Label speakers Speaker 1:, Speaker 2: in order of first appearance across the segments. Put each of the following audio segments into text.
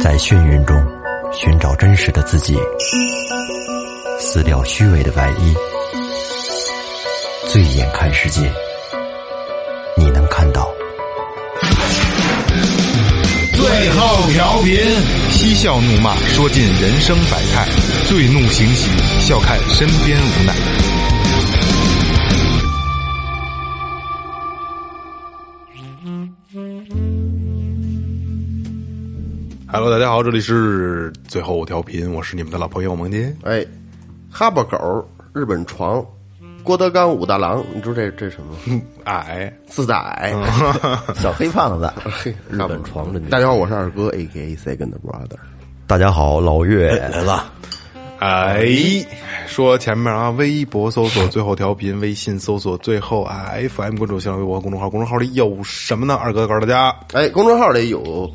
Speaker 1: 在眩晕中寻找真实的自己，撕掉虚伪的外衣，醉眼看世界，你能看到。
Speaker 2: 最后调频，
Speaker 3: 嬉笑怒骂，说尽人生百态；醉怒行喜，笑看身边无奈。Hello，大家好，这里是最后调频，我是你们的老朋友萌杰。
Speaker 4: 哎，哈巴狗、日本床、郭德纲、武大郎，你知道这这什么？
Speaker 3: 矮，
Speaker 4: 四大矮，
Speaker 5: 嗯 小黑胖子，
Speaker 4: 嘿，
Speaker 5: 日本床的女
Speaker 4: 大家好，我是二哥，A K A Second Brother。
Speaker 5: 大家好，老岳来了。
Speaker 3: 哎，说前面啊，微博搜索最后调频，微信搜索最后啊 FM 关注新浪微博和公众号，公众号里有什么呢？二哥告诉大家，
Speaker 4: 哎，公众号里有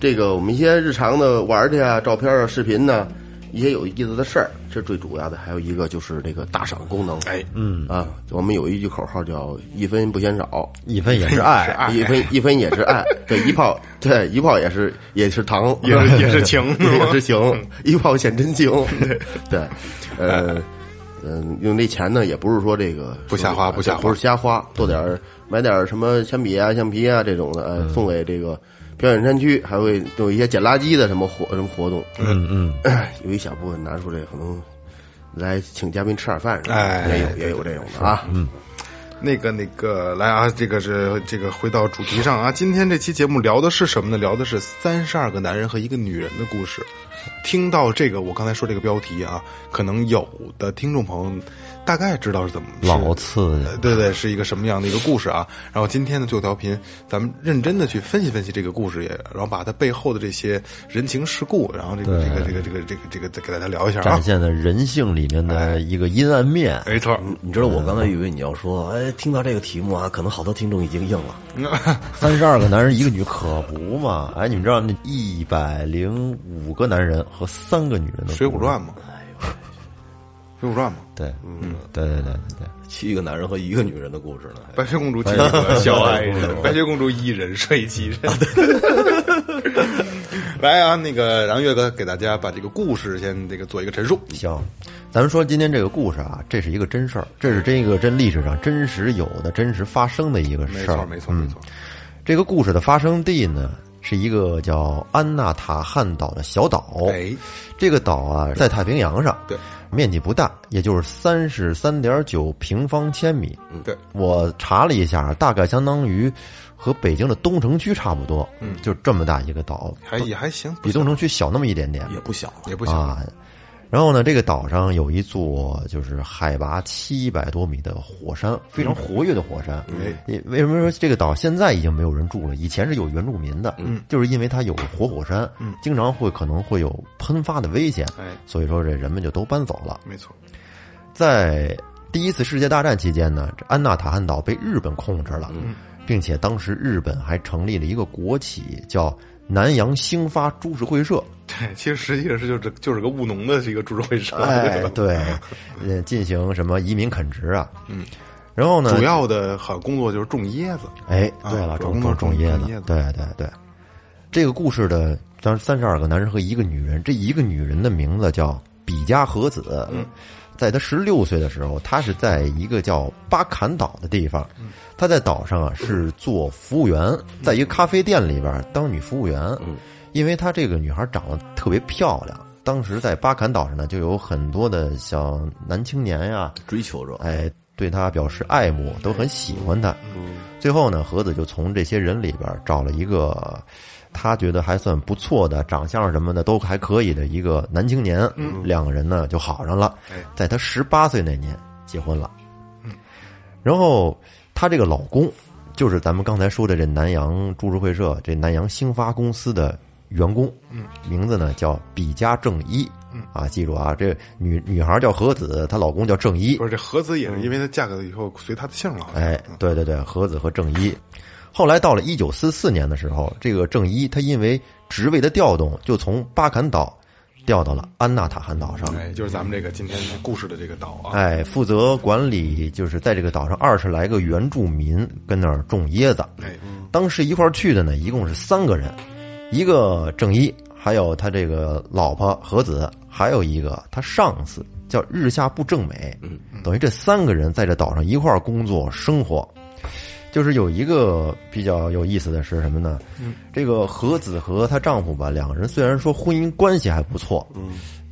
Speaker 4: 这个我们一些日常的玩儿去啊，照片啊、视频呢、一些有意思的事儿，这是最主要的。还有一个就是这个打赏功能。
Speaker 3: 哎，
Speaker 4: 嗯啊，我们有一句口号叫“一分不嫌少”，
Speaker 5: 一分
Speaker 3: 嗯
Speaker 5: 也是爱，
Speaker 4: 一分一分也是爱，对，一炮对一炮也是也是糖，
Speaker 3: 也是也是情是吧
Speaker 4: 也是情，一炮显真情，对对，呃。嗯，用这钱呢，也不是说这个
Speaker 3: 不瞎花不瞎花
Speaker 4: 不是瞎花，做点儿买点儿什么铅笔啊、橡皮啊这种的，
Speaker 3: 嗯
Speaker 4: 呃，送给这个偏远山区，还会有一些捡垃圾的什么活什么活动，嗯嗯， 有一小部分拿出来可能来请嘉宾吃点饭什么的，
Speaker 3: 哎
Speaker 4: 也有也有这种的啊，嗯，
Speaker 3: 那个那个，来啊，这个是这个回到主题上啊，今天这期节目聊的是什么呢？聊的是三十二个男人和一个女人的故事。听到这个，我刚才说这个标题啊，可能有的听众朋友大概知道是怎么 是
Speaker 5: 老刺激
Speaker 3: 呃
Speaker 5: 了。
Speaker 3: 对对，是一个什么样的一个故事啊？然后今天呢，最后调频，咱们认真的去分析分析这个故事也，然后把它背后的这些人情世故，然后这个这个这个这个这个这个再给大家聊一下啊
Speaker 5: 展。现的人性里面的一个阴暗面，
Speaker 3: 没错，
Speaker 5: 嗯
Speaker 6: 你知道我刚才以为你要说，哎，听到这个题目啊，可能好多听众已经硬了。
Speaker 5: 三十二个男人一个女，可不嘛？哎，你们知道那一百零五个男人和三个女人的《
Speaker 3: 《水浒传》》嘛，《水浒传》嘛，
Speaker 5: 对，嗯，对对对对对，
Speaker 6: 七个男人和一个女人的故事呢，
Speaker 3: 白雪公主七个小矮人，白雪公主一人睡七人。 来啊，那个，然后岳哥给大家把这个故事先这个做一个陈述。
Speaker 5: 行，咱们说今天这个故事啊，这是一个真事儿，这是这个真历史上真实有的、真实发生的一个
Speaker 3: 没
Speaker 5: 事
Speaker 3: 错，
Speaker 5: 儿。
Speaker 3: 没错，没错。
Speaker 5: 这个故事的发生地呢，是一个叫安纳塔汉岛的小岛。
Speaker 3: 哎，
Speaker 5: 这个岛啊，在太平洋上，
Speaker 3: 对，
Speaker 5: 面积不大，也就是三十三点九平方千米。
Speaker 3: 对，
Speaker 5: 我查了一下，啊大概相当于和北京的东城区差不多，
Speaker 3: 嗯
Speaker 5: 就这么大一个岛，
Speaker 3: 还也还行，
Speaker 5: 比东城区小那么一点点
Speaker 6: 也不小了。
Speaker 3: 也不行。
Speaker 5: 啊。然后呢，这个岛上有一座就是海拔七百多米的火山，非常活跃的火山。
Speaker 3: 哎，
Speaker 5: 你为什么说这个岛现在已经没有人住了？以前是有原住民的，
Speaker 3: 嗯，
Speaker 5: 就是因为它有活火山，
Speaker 3: 嗯
Speaker 5: 经常会可能会有喷发的危险，
Speaker 3: 哎，
Speaker 5: 所以说这人们就都搬走了。
Speaker 3: 没错，
Speaker 5: 在第一次世界大战期间呢，这安纳塔汉岛被日本控制了，
Speaker 3: 嗯
Speaker 5: 并且当时日本还成立了一个国企，叫南洋兴发株式会社。
Speaker 3: 对，其实实际上是就是就是个务农的这个株式 会社，
Speaker 5: 哎
Speaker 3: 对，吧
Speaker 5: 对，呃，进行什么移民垦殖啊？
Speaker 3: 嗯，
Speaker 5: 然后呢，
Speaker 3: 主要的好像工作就是种椰子，
Speaker 5: 哎，
Speaker 3: 啊
Speaker 5: 对了，
Speaker 3: 主要
Speaker 5: 种
Speaker 3: 工作
Speaker 5: 种
Speaker 3: 种
Speaker 5: 叶
Speaker 3: 种叶
Speaker 5: 子
Speaker 3: 子，
Speaker 5: 对对对。这个故事的，当三十二个男人和一个女人，这一个女人的名字叫比嘉和子。
Speaker 3: 嗯
Speaker 5: 在她十六岁的时候，她是在一个叫巴坎岛的地方，
Speaker 3: 嗯
Speaker 5: 她在岛上啊是做服务员，在一个咖啡店里边当女服务员。
Speaker 3: 嗯
Speaker 5: 因为她这个女孩长得特别漂亮，当时在巴坎岛上呢，就有很多的小男青年呀、
Speaker 6: 追求者，
Speaker 5: 哎，对他表示爱慕，都很喜欢他。
Speaker 3: 嗯
Speaker 5: 最后呢，和子就从这些人里边儿找了一个他觉得还算不错的，长相什么的都还可以的一个男青年。两个人呢就好上了
Speaker 3: 哎，
Speaker 5: 在他十八岁那年结婚了。然后她这个老公就是咱们刚才说的这南洋株式会社这南洋兴发公司的员工，名字呢叫比嘉正一。啊，记住啊，这女女孩叫和子，她老公叫正一
Speaker 3: 不。是这和子也是因为她嫁给了以后随她的姓了，好像
Speaker 5: 哎，对对对，和子和正一。后来到了一九四四年的时候，这个正一他因为职位的调动，就从巴坎岛调到了安纳塔汉岛上。
Speaker 3: 哎，就是咱们这个今天故事的这个岛啊，
Speaker 5: 哎，负责管理就是在这个岛上二十来个原住民跟那儿种椰子。
Speaker 3: 哎，
Speaker 5: 当时一块儿去的呢，一共是三个人，一个正一，还有他这个老婆和子，还有一个他上司叫日下不正美，
Speaker 3: 嗯
Speaker 5: 等于这三个人在这岛上一块儿工作生活。就是有一个比较有意思的是什么呢？
Speaker 3: 嗯
Speaker 5: 这个和子和她丈夫吧，两个人虽然说婚姻关系还不错，嗯，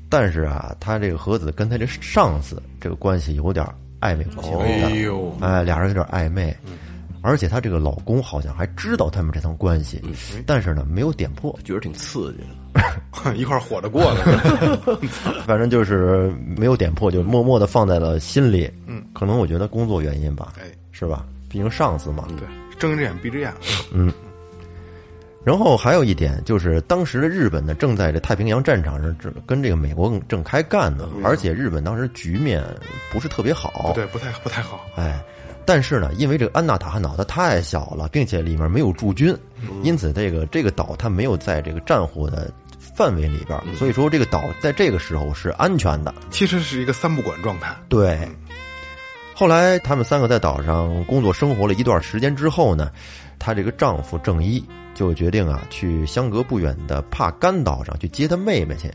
Speaker 5: 但是啊，她这个和子跟她这上司这个关系有点暧昧不清，
Speaker 3: 哎呦，
Speaker 5: 哎，俩人有点暧昧，
Speaker 3: 嗯
Speaker 5: 而且她这个老公好像还知道他们这层关系，
Speaker 3: 嗯哎
Speaker 5: 但是呢没有点破，
Speaker 6: 觉得挺刺激的。
Speaker 3: 一块儿火着过呢。嗯
Speaker 5: 反正就是没有点破，就默默的放在了心里。嗯，可能我觉得工作原因吧，
Speaker 3: 哎，
Speaker 5: 是吧？毕竟上司嘛。
Speaker 3: 对，睁着眼闭着眼，
Speaker 5: 然后还有一点就是，当时的日本呢正在这太平洋战场上正跟这个美国正开干呢，而且日本当时局面不是特别好。
Speaker 3: 对，哎不太不太好。
Speaker 5: 哎，但是呢，因为这个安纳塔汉岛它太小了，并且里面没有驻军，因此这个这个岛它没有在这个战火的范围里边儿，所以说这个岛在这个时候是安全的。
Speaker 3: 其实是一个三不管状态。
Speaker 5: 对。后来他们三个在岛上工作生活了一段时间之后呢，她这个丈夫正一就决定啊去相隔不远的帕干岛上去接她妹妹去，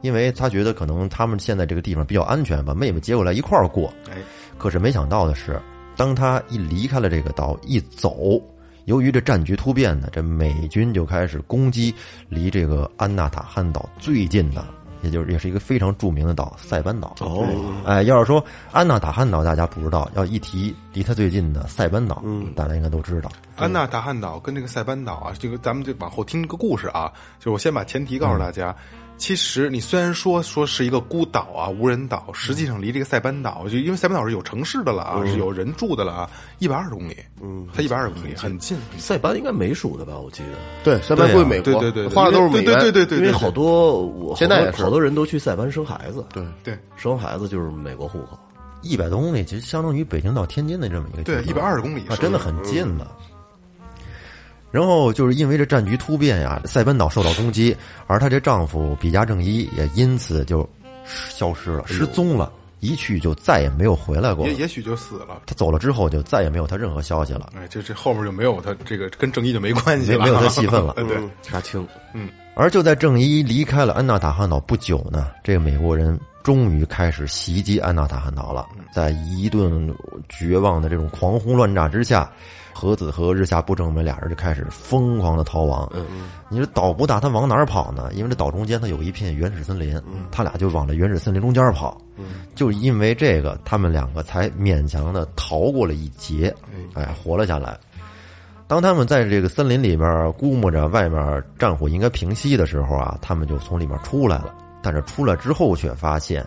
Speaker 5: 因为他觉得可能他们现在这个地方比较安全，把妹妹接过来一块儿过。
Speaker 3: 哎，
Speaker 5: 可是没想到的是，当他一离开了这个岛，一走，由于这战局突变呢，这美军就开始攻击离这个安纳塔汉岛最近的，也就是也是一个非常著名的岛——塞班岛。哦，哎，要是说安纳塔汉岛大家不知道，要一提离它最近的塞班岛，大家应该都知道。
Speaker 3: 安纳达汉岛跟这个塞班岛啊，这个咱们就往后听个故事啊，就是我先把前提告诉大家。其实你虽然说说是一个孤岛啊，无人岛，实际上离这个塞班岛，就因为塞班岛是有城市的了啊，是有人住的了啊，一百二十公里，嗯，它一百二十公里，很近。
Speaker 6: 塞班应该没数的吧？我记得，
Speaker 4: 对，三班归美
Speaker 3: 对
Speaker 4: 国，
Speaker 3: 对对，对
Speaker 4: 花的都是美元，
Speaker 3: 对对对对
Speaker 6: 因
Speaker 3: 对，
Speaker 6: 为好多我
Speaker 4: 现在也是
Speaker 6: 好多人都去塞班生孩子，对，
Speaker 3: 对
Speaker 6: 生孩子就是美国户口。
Speaker 5: 一百多公里，其实相当于北京到天津的这么一个距
Speaker 3: 对
Speaker 5: 离，
Speaker 3: 120公里
Speaker 5: 啊，真的很近
Speaker 3: 嗯
Speaker 5: 了。然后就是因为这战局突变呀，塞班岛受到攻击，而她这丈夫比嘉正一也因此就消失了、失踪了，一去就再也没有回来过
Speaker 3: 哎也。也许就死了。
Speaker 5: 他走了之后，就再也没有他任何消息了，
Speaker 3: 哎，这这后面就没有他这个跟正义就没关系
Speaker 5: 没
Speaker 3: 了，
Speaker 5: 没有他戏份了。
Speaker 3: 对，
Speaker 6: 杀青，
Speaker 5: 而就在正一离开了安纳塔汉岛不久呢，这个美国人终于开始袭击安纳塔汉岛了。
Speaker 3: 嗯
Speaker 5: 在一顿绝望的这种狂轰乱炸之下，和子和日下不正美俩人就开始疯狂的逃亡。
Speaker 3: 嗯
Speaker 5: 你说岛不大，他往哪儿跑呢？因为这岛中间它有一片原始森林，
Speaker 3: 嗯
Speaker 5: 他俩就往这原始森林中间跑。就因为这个，他们两个才勉强的逃过了一劫，
Speaker 3: 嗯
Speaker 5: 哎，活了下来。当他们在这个森林里面估摸着外面战火应该平息的时候啊，他们就从里面出来了。但是出来之后，却发现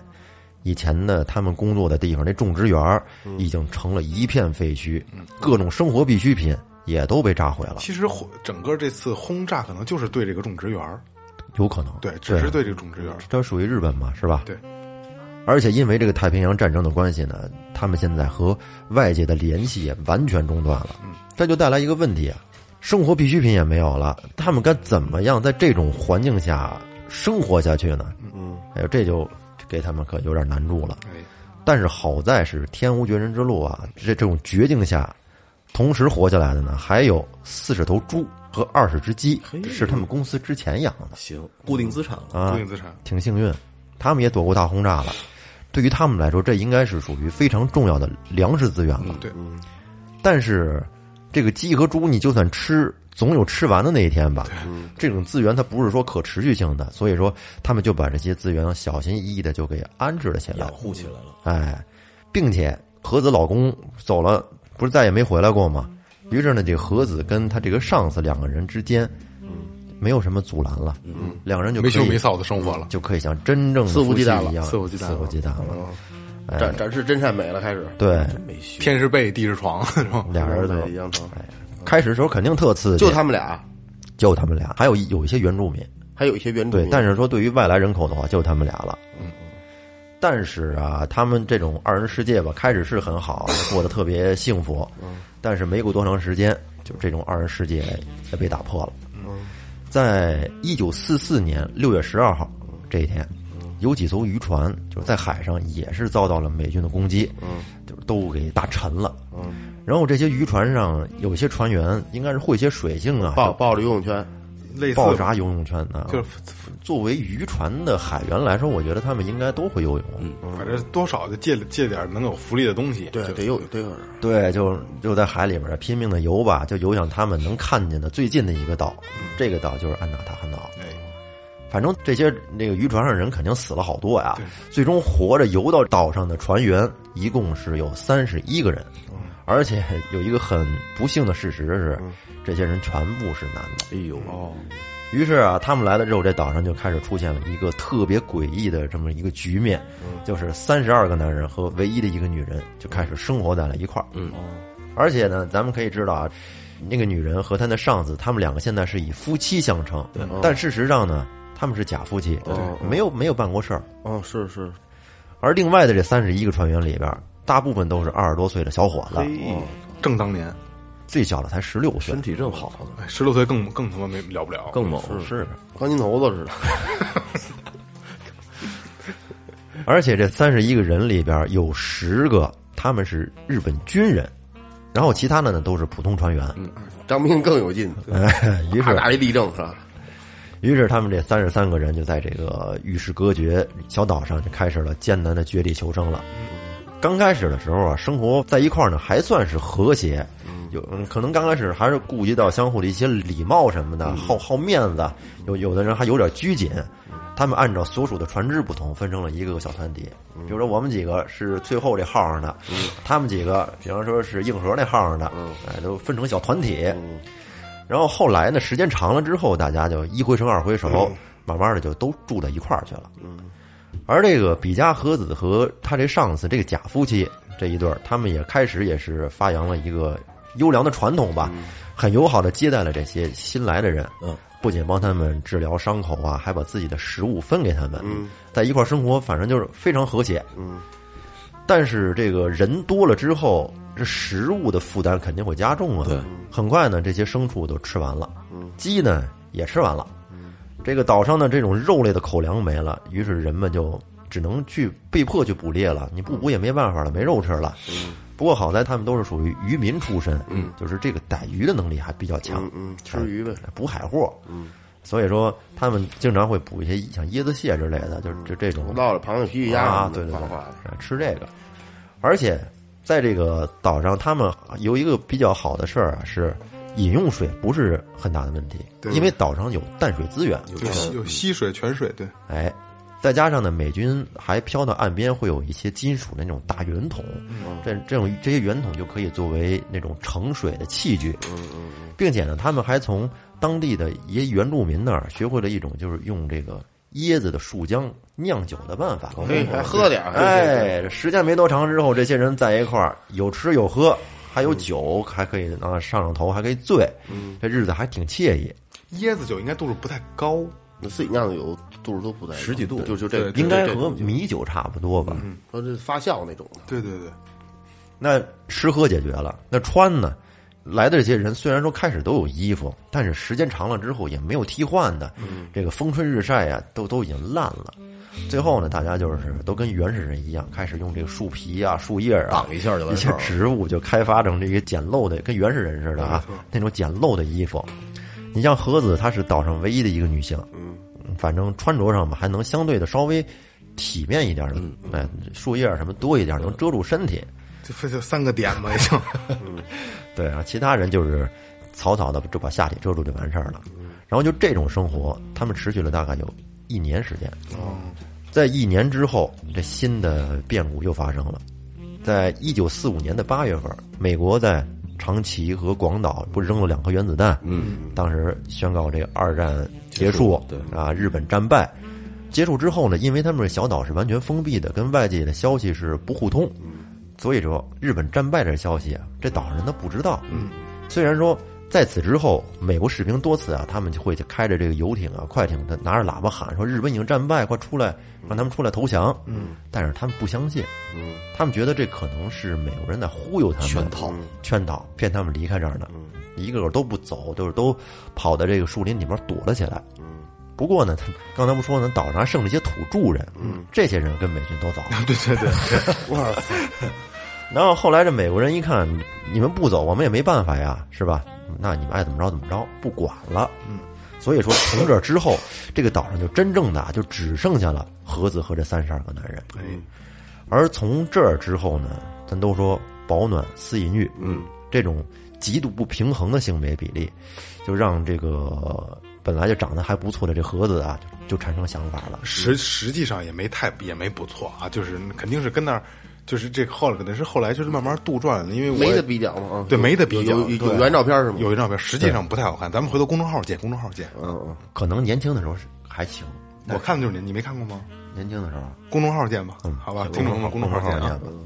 Speaker 5: 以前呢，他们工作的地方那种植园儿
Speaker 3: 嗯
Speaker 5: 已经成了一片废墟，各种生活必需品也都被炸毁了，
Speaker 3: 其实轰整个这次轰炸可能就是对这个种植园儿，
Speaker 5: 有可能
Speaker 3: 对，只是对这个种植园儿。
Speaker 5: 这属于日本嘛，是吧？
Speaker 3: 对。
Speaker 5: 而且因为这个太平洋战争的关系呢，他们现在和外界的联系也完全中断了。这就带来一个问题啊，生活必需品也没有了，他们该怎么样在这种环境下生活下去呢？嗯，哎呦，这就给他们可有点难住了。
Speaker 3: 哎，
Speaker 5: 但是好在是天无绝人之路啊，这这种绝境下，同时活下来的呢，还有四十头猪和二十只鸡，是他们公司之前养的。
Speaker 6: 行，固定资产了。
Speaker 5: 啊
Speaker 3: 固定资产
Speaker 5: 挺幸运，他们也躲过大轰炸了。对于他们来说，这应该是属于非常重要的粮食资源了。
Speaker 3: 对，
Speaker 5: 但是，这个鸡和猪，你就算吃，总有吃完的那一天吧。这种资源它不是说可持续性的，所以说他们就把这些资源小心翼翼的就给安置了起来
Speaker 6: 养。护起来了，
Speaker 5: 哎，并且和子老公走了，不是再也没回来过吗？于是呢，这个和子跟他这个上司两个人之间，没有什么阻拦了，两人就可
Speaker 3: 嗯没
Speaker 5: 以
Speaker 3: 羞没臊的生活了。
Speaker 5: 就可以像真正的
Speaker 4: 肆无忌惮了嗯
Speaker 5: 夫妻一样
Speaker 3: 肆无忌惮了
Speaker 5: 肆无忌惮了。
Speaker 6: 哎
Speaker 4: 展展示真善美了，开始
Speaker 5: 对，
Speaker 6: 没修。
Speaker 3: 天是被，地是床，是吧？
Speaker 5: 俩人都
Speaker 4: 一样长，
Speaker 5: 开始的时候肯定特刺激，
Speaker 4: 嗯就他们俩，
Speaker 5: 就他们俩，还有一有一些原住民，
Speaker 4: 还有一些原住
Speaker 5: 对
Speaker 4: 民，，
Speaker 5: 但是说对于外来人口的话，就他们俩了。嗯，但是啊，他们这种二人世界吧，开始是很好，过得特别幸福，但是没过多长时间，就这种二人世界也被打破了。在一九四四年六月十二号这一天，有几艘渔船就是在海上也是遭到了美军的攻击，嗯，就是都给打沉了。嗯，然后这些渔船上有些船员应该是会些水性啊，
Speaker 4: 抱抱着游泳圈，
Speaker 3: 类似
Speaker 5: 爆炸游泳圈啊呢、
Speaker 3: 就是
Speaker 5: 作为渔船的海员来说，我觉得他们应该都会游泳。
Speaker 3: 反正多少就借借点能有福利的东西。
Speaker 4: 对，得有得有人。
Speaker 5: 对，就就在海里边儿拼命的游吧，就游向他们能看见的最近的一个岛，这个岛就是安达塔汉岛。
Speaker 3: 哎，
Speaker 5: 反正这些那个渔船上人肯定死了好多呀，最终活着游到岛上的船员一共是有三十一个人，而且有一个很不幸的事实是，这些人全部是男的。
Speaker 4: 哎呦，哦，
Speaker 5: 于是啊，他们来了之后，这岛上就开始出现了一个特别诡异的这么一个局面，就是三十二个男人和唯一的一个女人就开始生活在了一块儿。嗯，
Speaker 6: 哦
Speaker 5: 而且呢，咱们可以知道啊，那个女人和她的上司，他们两个现在是以夫妻相称，
Speaker 6: 嗯
Speaker 5: 但事实上呢，他们是假夫妻，
Speaker 6: 哦
Speaker 5: 没有没有办过事儿。
Speaker 4: 哦，是是，
Speaker 5: 而另外的这三十一个船员里边，大部分都是二十多岁的小伙子，
Speaker 3: 正当年，哎
Speaker 5: 最小的才十六岁
Speaker 6: 身。体正好呢，
Speaker 3: 十六岁更更他妈没了不了，
Speaker 6: 更猛。
Speaker 5: 是，
Speaker 4: 钢筋头子似的。
Speaker 5: 而且这三十一个人里边有十个他们是日本军人，然后其他的呢都是普通船员。
Speaker 4: 张兵更有劲，
Speaker 5: 于
Speaker 4: 大
Speaker 5: 是，
Speaker 4: 大一立正是吧？
Speaker 5: 于是他们这三十三个人就在这个与世隔绝小岛上就开始了艰难的绝地求生了。刚开始的时候啊，生活在一块儿呢还算是和谐，有嗯可能刚开始还是顾及到相互的一些礼貌什么的，好好面子，有有的人还有点拘谨。他们按照所属的船只不同，分成了一个个小团体。比如说，我们几个是最后这号上的，他们几个，比方说是硬核那号上的，哎，都分成小团体。然后后来呢，时间长了之后，大家就一回生二回熟，慢慢的就都住到一块儿去了。而这个比嘉和子和他这上司这个假夫妻这一对儿，他们也开始也是发扬了一个优良的传统吧，很友好的接待了这些新来的人。嗯，不仅帮他们治疗伤口啊，还把自己的食物分给他们。嗯，在一块儿生活，反正就是非常和谐。嗯，但是这个人多了之后，这食物的负担肯定会加重啊。对，很快呢，这些牲畜都吃完了，鸡呢也吃完了。这个岛上的这种肉类的口粮没了，于是人们就只能去被迫去捕猎了。你不捕也没办法了，没肉吃了。
Speaker 4: 嗯
Speaker 5: 不过好在他们都是属于渔民出身，嗯，就是这个逮鱼的能力还比较强，
Speaker 4: 嗯，吃鱼呗，
Speaker 5: 捕海货，嗯，所以说他们经常会捕一些像椰子蟹之类的，就是这这种
Speaker 4: 烙着螃蟹、皮皮鸭
Speaker 5: 啊
Speaker 4: 什，么
Speaker 5: 对
Speaker 4: 的
Speaker 5: 对
Speaker 4: 哗
Speaker 5: 对
Speaker 4: 哗的，
Speaker 5: 吃这个。而且在这个岛上，他们有一个比较好的事儿啊，是饮用水不是很大的问题，因为岛上有淡水资源，
Speaker 3: 有溪有溪水、泉水，对，
Speaker 5: 哎，再加上呢，美军还飘到岸边会有一些金属的那种大圆筒，这这种这些圆筒就可以作为那种盛水的器具，并且呢，他们还从当地的一些原住民那儿学会了一种就是用这个椰子的树浆酿酒的办法。
Speaker 6: 哎
Speaker 4: 嘿，哎还喝
Speaker 3: 啊
Speaker 4: 点儿，嘿，嘿嘿
Speaker 5: 哎，时间没多长之后，这些人在一块儿有吃有喝，还有酒，还可以啊上上头，还可以醉，
Speaker 3: 嗯
Speaker 5: 这日子还挺惬意。
Speaker 3: 椰子酒应该度数不太高，
Speaker 4: 那自己酿的有度数都不在
Speaker 6: 十几度
Speaker 4: 就就这，
Speaker 3: 对嗯
Speaker 5: 应该
Speaker 4: 这
Speaker 5: 和米酒差不多吧？
Speaker 4: 说这发酵那种的，
Speaker 3: 对对对，
Speaker 5: 那吃喝解决了，那穿呢？来的这些人虽然说开始都有衣服，但是时间长了之后也没有替换的，
Speaker 3: 嗯
Speaker 5: 这个风吹日晒呀、都都已经烂了。最后呢，大家就是都跟原始人一样，开始用这个树皮啊、树叶啊
Speaker 6: 挡一下就完
Speaker 5: 一
Speaker 6: 事
Speaker 5: 些
Speaker 6: 儿了
Speaker 5: 植物，就开发成这个简陋的，跟原始人似的啊，那种简陋的衣服。你像和子，她是岛上唯一的一个女性，嗯，反正穿着上吧，还能相对的稍微体面一点的，哎，树叶什么多一点，能遮住身体。
Speaker 3: 这这就三个点吧，已经。
Speaker 5: 对啊，其他人就是草草的就把下体遮住就完事儿了。然后就这种生活，他们持续了大概有一年时间。在一年之后，这新的变故又发生了。在一九四五年的八月份，美国在长崎和广岛不是扔了两颗原子弹？嗯，当时宣告这个二战结束，对啊，日本战败。结束之后呢，因为他们小岛是完全封闭的，跟外界的消息是不互通，所以说日本战败这消息啊，这岛上人都不知道。嗯，虽然说在此之后，美国士兵多次啊，他们就会开着这个游艇啊、快艇，他拿着喇叭喊说：“日本已经战败，快出来，让他们出来投降。”嗯，但是他们不相信，嗯，他们觉得这可能是美国人在忽悠他们，
Speaker 6: 圈套、嗯
Speaker 5: 圈套，骗他们离开这儿呢。一个个都不走，就是都跑到这个树林里面躲了起来。不过呢，他刚才不说呢，岛上还剩了一些土著人，
Speaker 6: 嗯
Speaker 5: 这些人跟美军都走了。对对对，哇！然后后来这美国人一看，你们不走，我们也没办法呀，是吧？那你们爱怎么着怎么着，不管了。嗯，所以说，从这之后，这个岛上就真正的啊就只剩下了和子和这三十二个男人。而从这儿之后呢，咱都说保暖私淫欲，嗯，这种极度不平衡的性别比例，就让这个本来就长得还不错的这盒子啊，就就产生想法了。
Speaker 3: 实实际上也没太也没不错啊，就是肯定是跟那儿，就是这个后来可能是后来就是慢慢杜撰了，因为我
Speaker 4: 没
Speaker 3: 也
Speaker 4: 得比较嘛啊，
Speaker 3: 对没得比较
Speaker 4: 有有有
Speaker 3: 对
Speaker 4: 原照片是吗？
Speaker 3: 有一张照片，实际上不太好看，咱们回头公众号见，公众号见。
Speaker 4: 嗯
Speaker 5: 可能年轻的时候是还行，
Speaker 3: 我看的就是你，你没看过吗？
Speaker 5: 年轻的时候啊，
Speaker 3: 公众号见吧，好吧，听众们，嗯公众号见啊。
Speaker 5: 嗯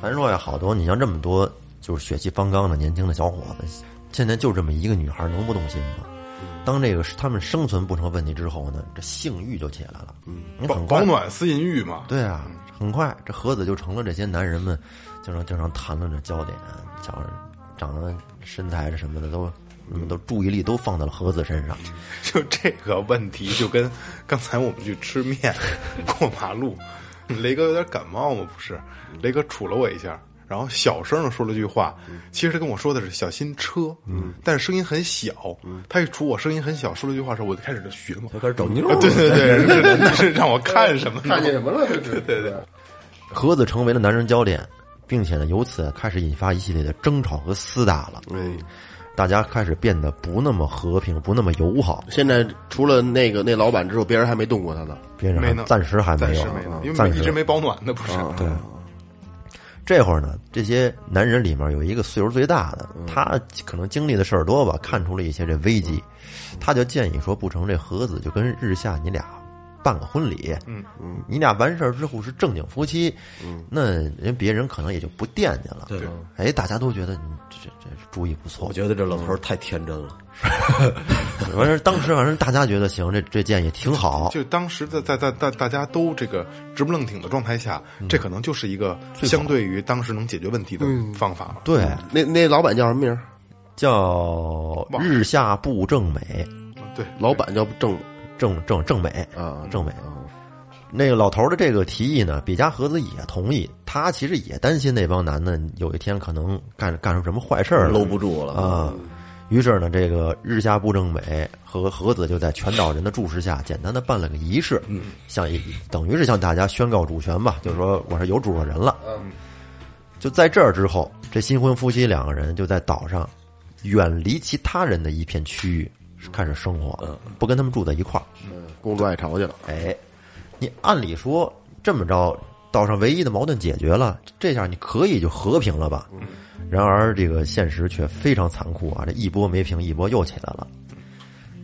Speaker 5: 咱说呀，好多你像这么多就是血气方刚的年轻的小伙子，现在就这么一个女孩，能不动心吗？
Speaker 3: 嗯
Speaker 5: 当这个他们生存不成问题之后呢，这性欲就起来了，嗯，你
Speaker 3: 保
Speaker 5: 很快
Speaker 3: 保暖嗯私淫欲嘛，
Speaker 5: 对啊，很快这盒子就成了这些男人们经常经常谈论的焦点。瞧，长得身材什么的都，你
Speaker 3: 嗯
Speaker 5: 们都注意力都放到了盒子身上。
Speaker 3: 就这个问题，就跟刚才我们去吃面过马路，雷哥有点感冒嘛，不是？雷哥杵了我一下，然后小声的说了句话，其实他跟我说的是小心车，嗯，但是声音很小，
Speaker 5: 嗯
Speaker 3: 他一杵我声音很小，说了句话时候，我就开始就寻 摸，
Speaker 6: 就开始找妞
Speaker 3: 啊
Speaker 6: 了。
Speaker 3: 对对对，是那是让我看什么
Speaker 4: 看见
Speaker 3: 呢？
Speaker 4: 什么了？这是对对
Speaker 5: 盒子成为了男人焦点，并且呢，由此开始引发一系列的争吵和厮打了。嗯，大家开始变得不那么和平，不那么友好。
Speaker 4: 现在除了那个那老板之后，别人还没动过他呢。
Speaker 5: 边上
Speaker 3: 没呢
Speaker 5: 暂时还
Speaker 3: 暂
Speaker 5: 没有嗯
Speaker 3: 时没呢，，因
Speaker 5: 啊
Speaker 3: 为
Speaker 5: 暂
Speaker 3: 一
Speaker 5: 时嗯
Speaker 3: 直没保暖呢，不是？对，
Speaker 5: 这会儿呢，这些男人里面有一个岁数最大的，
Speaker 3: 嗯
Speaker 5: 他可能经历的事儿多吧，看出了一些这危机，
Speaker 3: 嗯
Speaker 5: 他就建议说，不成这和子就跟日下你俩办个婚礼，嗯嗯，你俩完事儿之后是正经夫妻，嗯，那人别人可能也就不惦记了，对，哎，大家都觉得你这这这主意不错
Speaker 6: 我，觉得这老头儿太天真了，
Speaker 5: 反正当时反正大家觉得行，这这建议挺好，
Speaker 3: 就当时在在在大大家都这个直不愣挺的状态下，
Speaker 5: 嗯
Speaker 3: 这可能就是一个相对于当时能解决问题的
Speaker 4: 嗯
Speaker 3: 方法了。
Speaker 5: 对，
Speaker 4: 那那老板叫什么名儿？
Speaker 5: 叫
Speaker 3: 忘了
Speaker 5: 日下不正美，
Speaker 3: 对，
Speaker 4: 老板叫郑
Speaker 5: 正正正美
Speaker 4: 啊
Speaker 5: 正美。那个老头儿的这个提议呢，比嘉和子也同意。他其实也担心那帮男的有一天可能干干出什么坏事儿来
Speaker 6: 搂不住了。
Speaker 5: 啊。于是呢，这个日下部正美和和子就在全岛人的注视下，简单的办了个仪式，向一等于是向大家宣告主权吧，就是说我是有主人了。就在这儿之后，这新婚夫妻两个人就在岛上远离其他人的一片区域开始生活了，不跟他们住在一块儿。
Speaker 4: 公主爱巢去了。
Speaker 5: 哎，你按理说这么着，岛上唯一的矛盾解决了，这下你可以就和平了吧？然而这个现实却非常残酷啊！这一波没平，一波又起来了。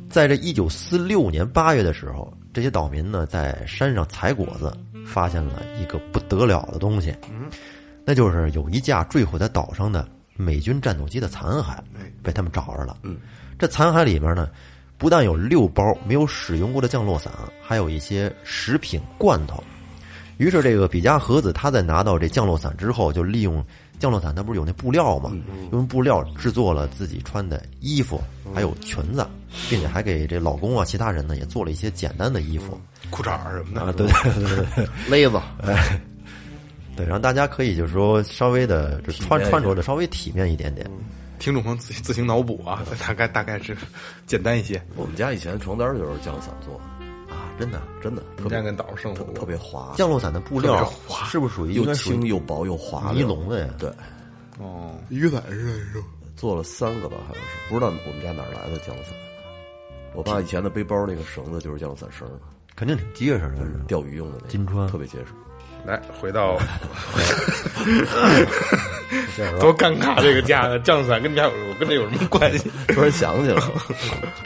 Speaker 5: 在这一九四六年八月的时候，这些岛民呢在山上采果子，发现了一个不得了的东西，那就是有一架坠毁在岛上的美军战斗机的残骸，被他们找着了。这残骸里面呢，不但有六包没有使用过的降落伞，还有一些食品罐头。于是，这个比加和子他在拿到这降落伞之后，就利用降落伞，它不是有那布料吗？
Speaker 4: 嗯
Speaker 5: 用布料制作了自己穿的衣服，还有裙子，并且还给这老公啊、其他人呢也做了一些简单的衣服
Speaker 3: 裤衩儿什么的，
Speaker 5: 啊。对对对对
Speaker 4: 嗯勒子
Speaker 5: 哎对，让大家可以就是说稍微的就穿穿着的稍微体面一点点。
Speaker 4: 嗯
Speaker 3: 听众朋友自己自行脑补啊， 大概大概是简单一些。
Speaker 6: 我们家以前床单儿就是降落伞做的，
Speaker 5: 啊，真的，
Speaker 6: 真的特
Speaker 3: 你
Speaker 6: 别
Speaker 3: 家跟岛上生活
Speaker 6: 特
Speaker 3: 过
Speaker 6: 特别滑，
Speaker 5: 降落伞的布料是不是属于应
Speaker 6: 又
Speaker 5: 该属于
Speaker 6: 轻又薄又滑的
Speaker 5: 尼龙的呀？
Speaker 6: 对，
Speaker 3: 哦，雨伞是是
Speaker 6: 做了三个吧，好像是不知道我们家哪儿来的降落伞。我爸以前的背包那个绳子就是降落伞绳儿，
Speaker 5: 肯定挺结实的。是吧
Speaker 6: 钓鱼用的那个，
Speaker 5: 嗯金川
Speaker 6: 特别结实。
Speaker 3: 来，回到多尴尬，这个架子降伞跟家有我跟这有什么关 系？
Speaker 6: 突然想起了，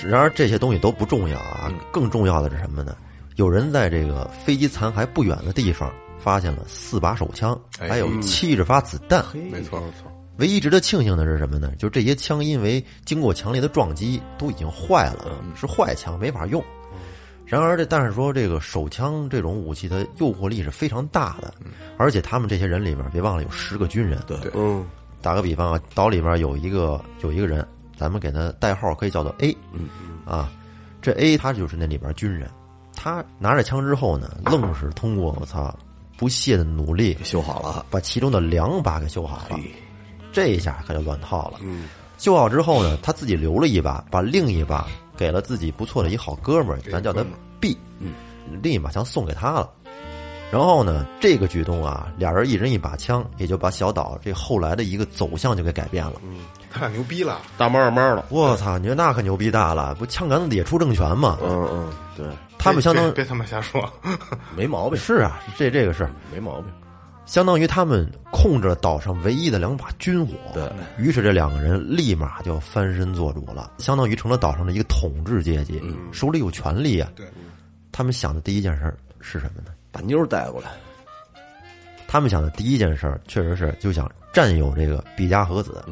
Speaker 5: 然而这些东西都不重要啊，更重要的是什么呢？有人在这个飞机残骸不远的地方发现了四把手枪，还有七十发子弹。
Speaker 3: 没错，
Speaker 5: 唯一值得庆幸的是什么呢？就是这些枪因为经过强烈的撞击，都已经坏了，是坏枪，没法用。然而这但是说这个手枪这种武器的诱惑力是非常大的，而且他们这些人里面，别忘了有十个军嗯人。对，
Speaker 4: 嗯，
Speaker 5: 打个比方啊，岛里面有一个有一个人，咱们给他代号可以叫做 A，嗯啊，这 A 他就是那里边军人，他拿着枪之后呢，愣是通过我操不懈的努力
Speaker 6: 修好了，啊
Speaker 5: 啊把其中的两把给修好了，嗯这一下可就乱套了。修好之后呢，他自己留了一把，把另一把给了自己不错的一好哥们儿，咱叫他 B，嗯，另一把枪送给他了。然后呢，这个举动啊，俩人一人一把枪，也就把小岛这后来的一个走向就给改变了。
Speaker 3: 他俩牛逼了，
Speaker 4: 大猫二猫了，
Speaker 5: 我操，你说那可牛逼大了，不枪杆子也出政权吗？
Speaker 4: 嗯嗯，对，
Speaker 5: 他们相当
Speaker 3: 别别他妈瞎说，
Speaker 6: 没毛病，
Speaker 5: 是啊，这这个是
Speaker 6: 没毛病。
Speaker 5: 相当于他们控制了岛上唯一的两把军火。
Speaker 6: 对
Speaker 5: 于是这两个人立马就翻身做主了，相当于成了岛上的一个统治阶级，手里有权力啊。
Speaker 3: 对，
Speaker 5: 他们想的第一件事儿是什么呢？
Speaker 6: 把妞儿带过来，
Speaker 5: 他们想的第一件事儿确实是就想占有这个毕加和子，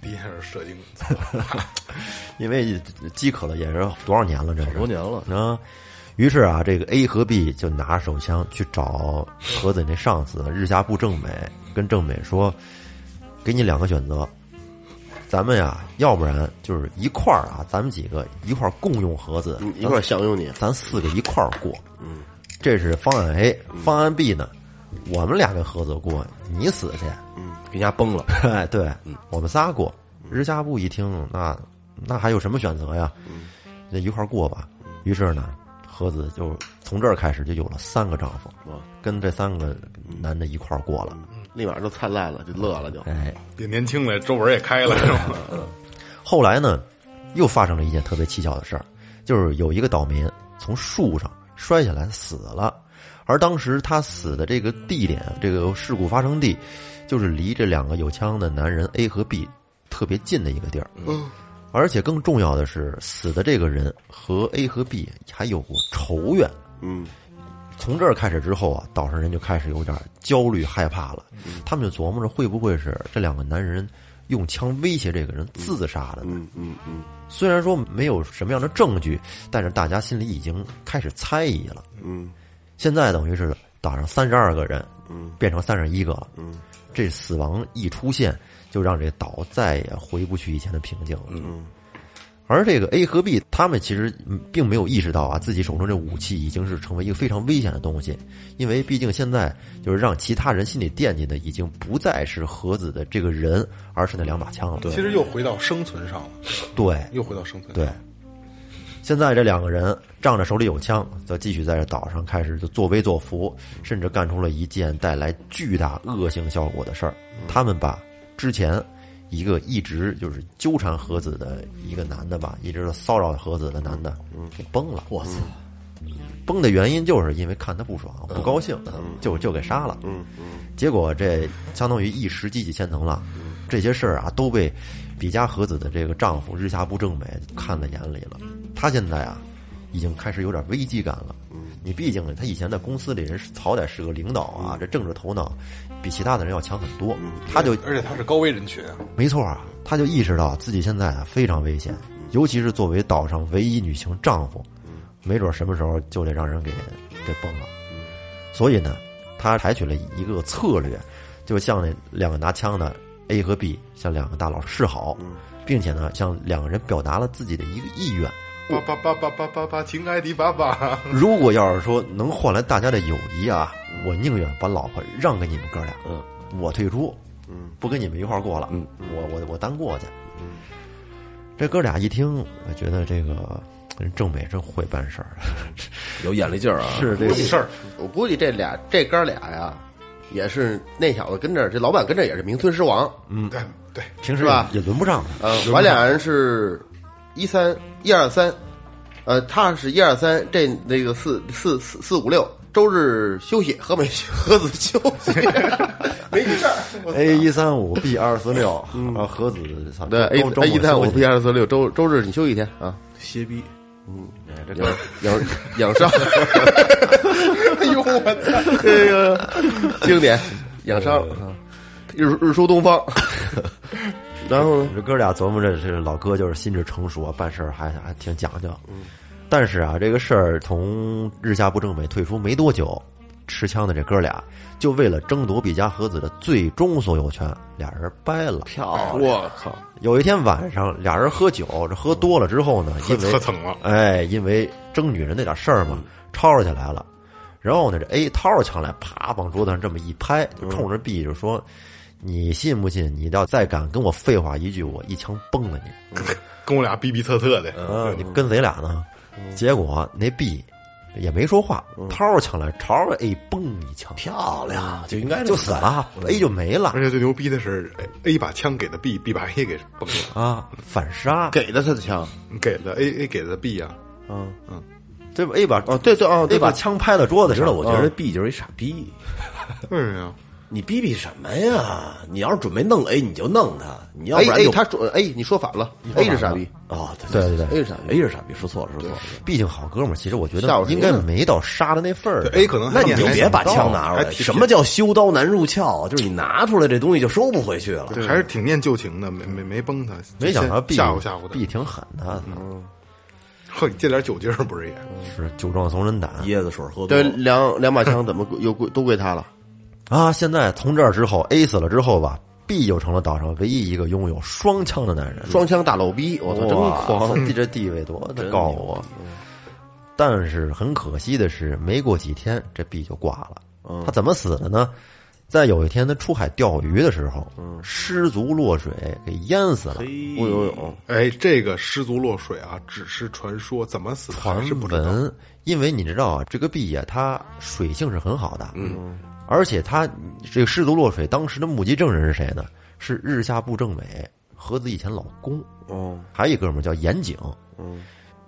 Speaker 3: 第一开始射精，
Speaker 5: 因为饥渴了也是多少年了，这是
Speaker 6: 多年了，
Speaker 5: 啊。于是啊，这个 A 和 B 就拿手枪去找和子那上司日下部正美，跟正美说：“给你两个选择，咱们呀、要不然就是一块儿啊，咱们几个一块儿共用和子，
Speaker 4: 嗯
Speaker 3: 嗯
Speaker 4: 一块儿享用你，
Speaker 5: 咱四个一块儿过。”嗯，这是方案 A。方
Speaker 4: 嗯
Speaker 5: 案 B 呢，我们俩跟和子过，你死去。
Speaker 6: 给人家 崩了，
Speaker 5: 哎，对，我们仨过。日下部一听，那那还有什么选择呀？那一块儿过吧。于是呢，和子就从这儿开始就有了三个丈夫，跟这三个男的一块儿过了。
Speaker 4: 立马就灿烂了，就乐了，就
Speaker 5: 哎，
Speaker 3: 也年轻了，皱纹也开了，是吧？
Speaker 5: 后来呢，又发生了一件特别蹊跷的事儿，就是有一个岛民从树上摔下来死了，而当时他死的这个地点，这个事故发生地，就是离这两个有枪的男人 A 和 B 特别近的一个地儿。嗯，而且更重要的是，死的这个人和 A 和 B 还有过仇怨。
Speaker 4: 嗯，
Speaker 5: 从这儿开始之后啊，岛上人就开始有点焦虑害怕了。他们就琢磨着，会不会是这两个男人用枪威胁这个人自杀的呢？
Speaker 4: 嗯嗯嗯，
Speaker 5: 虽然说没有什么样的证据，但是大家心里已经开始猜疑了。
Speaker 4: 嗯，
Speaker 5: 现在等于是岛上三十二个人，嗯，变成三十一个了。
Speaker 4: 嗯，
Speaker 5: 这死亡一出现，就让这岛再也回不去以前的平静了。嗯，而这个 A 和 B 他们其实嗯并没有意识到啊，自己手中这武器已经是成为一个非常危险的东西，因为毕竟现在就是让其他人心里惦记的已经不再是和子的这个人，而是那两把枪了。
Speaker 3: 其实又回到生存上了，
Speaker 5: 对，
Speaker 3: 又回到生存上
Speaker 5: 对，现在这两个人仗着手里有枪，则继续在这岛上开始就作威作福，甚至干出了一件带来巨大恶性效果的事儿。他们把之前一个一直就是纠缠和子的一个男的吧，一直骚扰和子的男的，给崩了。我操！崩的原因就是因为看他不爽，不高兴，就就给杀了。嗯结果这相当于一石激起千层浪，这些事儿啊都被比嘉和子的这个丈夫日下部正美看在眼里了。他现在啊，已经开始有点危机感了。你毕竟他以前在公司里人是好歹是个领导啊，这政治头脑比其他的人要强很多。他就
Speaker 3: 而且他是高危人群啊，
Speaker 5: 没错啊，他就意识到自己现在啊非常危险，尤其是作为岛上唯一女性丈夫，没准什么时候就得让人给给崩了。所以呢，他采取了一个策略，就向那两个拿枪的 A 和 B 向两个大佬示好，并且呢向两个人表达了自己的一个意愿。
Speaker 3: 八八八八八八八，亲爱的爸爸，
Speaker 5: 如果要是说能换来大家的友谊啊，我宁愿把老婆让给你们哥俩，
Speaker 6: 嗯，
Speaker 5: 我退出，嗯，不跟你们一块儿过了，
Speaker 6: 嗯，
Speaker 5: 我我我单过去。这哥俩一听，我觉得这个人郑美真会办事儿，
Speaker 6: 有眼力劲儿啊，
Speaker 5: 是这
Speaker 3: 有事儿，
Speaker 4: 我估计这俩这哥俩呀，也是那小子跟这儿，这老板跟这儿也是名存实亡，
Speaker 5: 嗯
Speaker 3: 对对，
Speaker 5: 平时
Speaker 4: 是吧
Speaker 5: 也轮不上，
Speaker 4: 呃，我俩人是一三一二三，呃，他是一二三，这那个四四四四五六，周日休息，和美和子休息， 没事儿。我
Speaker 5: A 一三五 B 二四六，啊，何子操
Speaker 4: 对，A
Speaker 5: 周周
Speaker 4: A 一
Speaker 5: 末
Speaker 4: 三
Speaker 5: 休
Speaker 4: 五
Speaker 5: 息
Speaker 4: P 二四六，周周日你休息一天啊，嗯
Speaker 3: 歇逼，
Speaker 6: 哎
Speaker 4: 养养养伤。 哎呦我操，这个经典养伤，啊日日出东方。然后呢，
Speaker 5: 这哥俩琢磨着，这老哥就是心智成熟啊，办事儿还还挺讲究。
Speaker 4: 嗯
Speaker 5: 但是啊，这个事儿从日下部正美退出没多久，持枪的这哥俩就为了争夺比嘉和子的最终所有权，俩人掰了。
Speaker 6: 漂亮，
Speaker 4: 我靠，
Speaker 5: 有一天晚上，俩人喝酒，这喝多了之后呢，因为
Speaker 3: 喝蹭了，
Speaker 5: 哎，因为争女人那点事儿嘛，吵吵起来哎了。然后呢，这 A 掏着枪来，啪往桌子上这么一拍，就冲着 B 就说：“你信不信？你要再敢跟我废话一句，我一枪崩了你！
Speaker 3: 跟我俩逼逼测测的，
Speaker 5: 你跟谁俩呢？结果那 B 也没说话，掏着枪来，朝着 A 嘣一枪，
Speaker 6: 漂亮，就应该
Speaker 5: 就死了，A 就没了
Speaker 3: 而且最牛逼的是，A 把枪给的 B，B 把 A 给崩 了，
Speaker 5: 啊！反杀，
Speaker 4: 给的他的枪，
Speaker 3: 给的 A，A 给的 B 啊，
Speaker 4: 嗯，
Speaker 5: 对吧？A 哎把
Speaker 4: 哦，对对哦，对
Speaker 5: A 把
Speaker 4: 吧？
Speaker 5: 枪拍到桌子
Speaker 6: 知
Speaker 5: 上
Speaker 6: 道，
Speaker 5: 了，
Speaker 6: 我觉得 B 就是一傻逼。
Speaker 3: 为什么呀？
Speaker 6: 你逼逼什么呀？你要是准备弄 A，你就弄他，你要
Speaker 4: A
Speaker 6: 不
Speaker 5: 哎
Speaker 6: 然
Speaker 4: A
Speaker 6: 就
Speaker 4: 哎他说 A 你说反了，A 是傻逼
Speaker 6: 哦，对
Speaker 5: 对对对，
Speaker 4: ，A 是傻逼，
Speaker 6: ，A 是傻逼，说错了，说错了。
Speaker 5: 毕竟好哥们儿，其实我觉
Speaker 4: 吓我
Speaker 5: 得
Speaker 4: 一跳
Speaker 5: 应该没到杀的那份儿上。
Speaker 3: 对 A 可能还
Speaker 6: 那你就
Speaker 3: 还
Speaker 6: 别把枪拿出
Speaker 5: 哎
Speaker 3: 还
Speaker 6: 来。
Speaker 3: 挺
Speaker 6: 什么叫修刀难入鞘？就是你拿出来这东西就收不回去了。
Speaker 3: 还是挺念旧情的，没没没崩他，
Speaker 5: 没想到
Speaker 3: 先
Speaker 5: B
Speaker 3: 吓唬吓嗯唬他，
Speaker 5: ，B 挺狠的，
Speaker 3: 呵，你借点酒劲儿不是也？
Speaker 5: 是酒壮怂人胆
Speaker 6: 椰子水喝多
Speaker 4: 对，
Speaker 6: 了，
Speaker 4: 两两把枪怎么又归都归他了？
Speaker 5: 啊！现在从这儿之后，A 死了之后吧，B 就成了岛上唯一一个拥有双枪的男人。
Speaker 4: 双枪大老逼，我操，真
Speaker 5: 哇
Speaker 4: 狂！
Speaker 5: 这这地位多的高啊！但是很可惜的是，没过几天，这 B 就挂了。
Speaker 3: 嗯
Speaker 5: 他怎么死的呢？在有一天他出海钓鱼的时候，失足落水给淹死了。
Speaker 4: 不游泳，
Speaker 3: 嗯哎，这个失足落水啊，只是传说，怎么死的还
Speaker 5: 传
Speaker 3: 是不知道。
Speaker 5: 闻，因为你知道啊，这个 B 呀、它水性是很好的，嗯，而且它这个失足落水，当时的目击证人是谁呢？是日下部政委和子以前老公，
Speaker 4: 哦，
Speaker 5: 还有一哥们儿叫岩井，嗯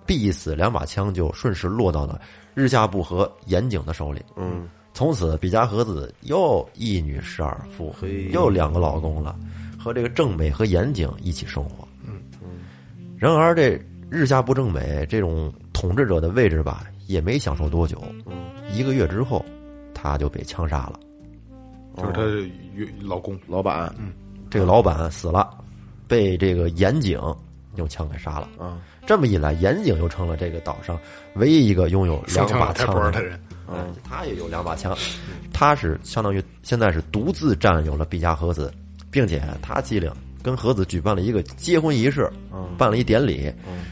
Speaker 5: ，B 死两把枪就顺势落到了日下部和岩井的手里，嗯，从此比嘉和子又一女侍二夫，又两个老公了，和这个政美和岩井一起生活，嗯嗯，然而这日下部政美这种统治者的位置吧，也没享受多久，一个月之后他就被枪杀了，
Speaker 3: 就是她原老公，嗯
Speaker 4: 老板，
Speaker 5: 这个老板死了，被这个岩井用枪给杀了。
Speaker 4: 啊，
Speaker 5: 这么一来，岩井又成了这个岛上唯一一个拥有两
Speaker 3: 双枪
Speaker 5: 把
Speaker 3: 打太
Speaker 5: 枪
Speaker 3: 不二
Speaker 5: 的
Speaker 3: 的
Speaker 5: 人。
Speaker 3: 人，
Speaker 5: 哎他也有两把枪，他是相当于现在是独自占有了毕加和子，并且他机灵，跟和子举办了一个结婚仪式，办了一典礼，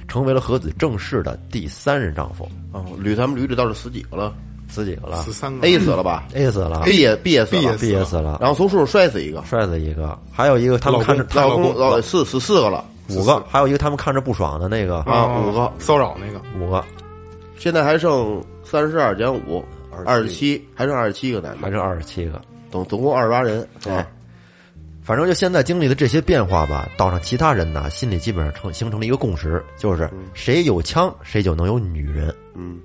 Speaker 5: 成为了和子正式的第三任丈夫。
Speaker 4: 哦，捋咱们捋捋到这死几个了
Speaker 5: 死几个了
Speaker 3: 死三个
Speaker 4: ？A 死了哎吧
Speaker 5: 啊？A 死了
Speaker 4: ？B 也啊 B 也死了
Speaker 5: ，B 也死了，
Speaker 4: 然后从树上摔死一个，
Speaker 5: 摔死一个，还有一个他们
Speaker 3: 老
Speaker 5: 看着
Speaker 3: 公
Speaker 5: 他
Speaker 4: 老
Speaker 3: 老
Speaker 4: 公
Speaker 3: 公
Speaker 4: 老四死四个了
Speaker 5: 五个，还有一个他们看着不爽的那个
Speaker 4: 啊，五个，
Speaker 3: 哦骚扰那个，
Speaker 5: 五个，
Speaker 4: 现在还剩三十二减五，二十七，还剩二十七个男
Speaker 5: 还
Speaker 4: 的，
Speaker 5: 剩二十七个。
Speaker 4: 总总共二十八人，
Speaker 5: 哎
Speaker 4: 啊，
Speaker 5: 反正就现在经历的这些变化吧，岛上其他人呢心里基本上成形成了一个共识，就是谁有枪谁就能有女人。嗯，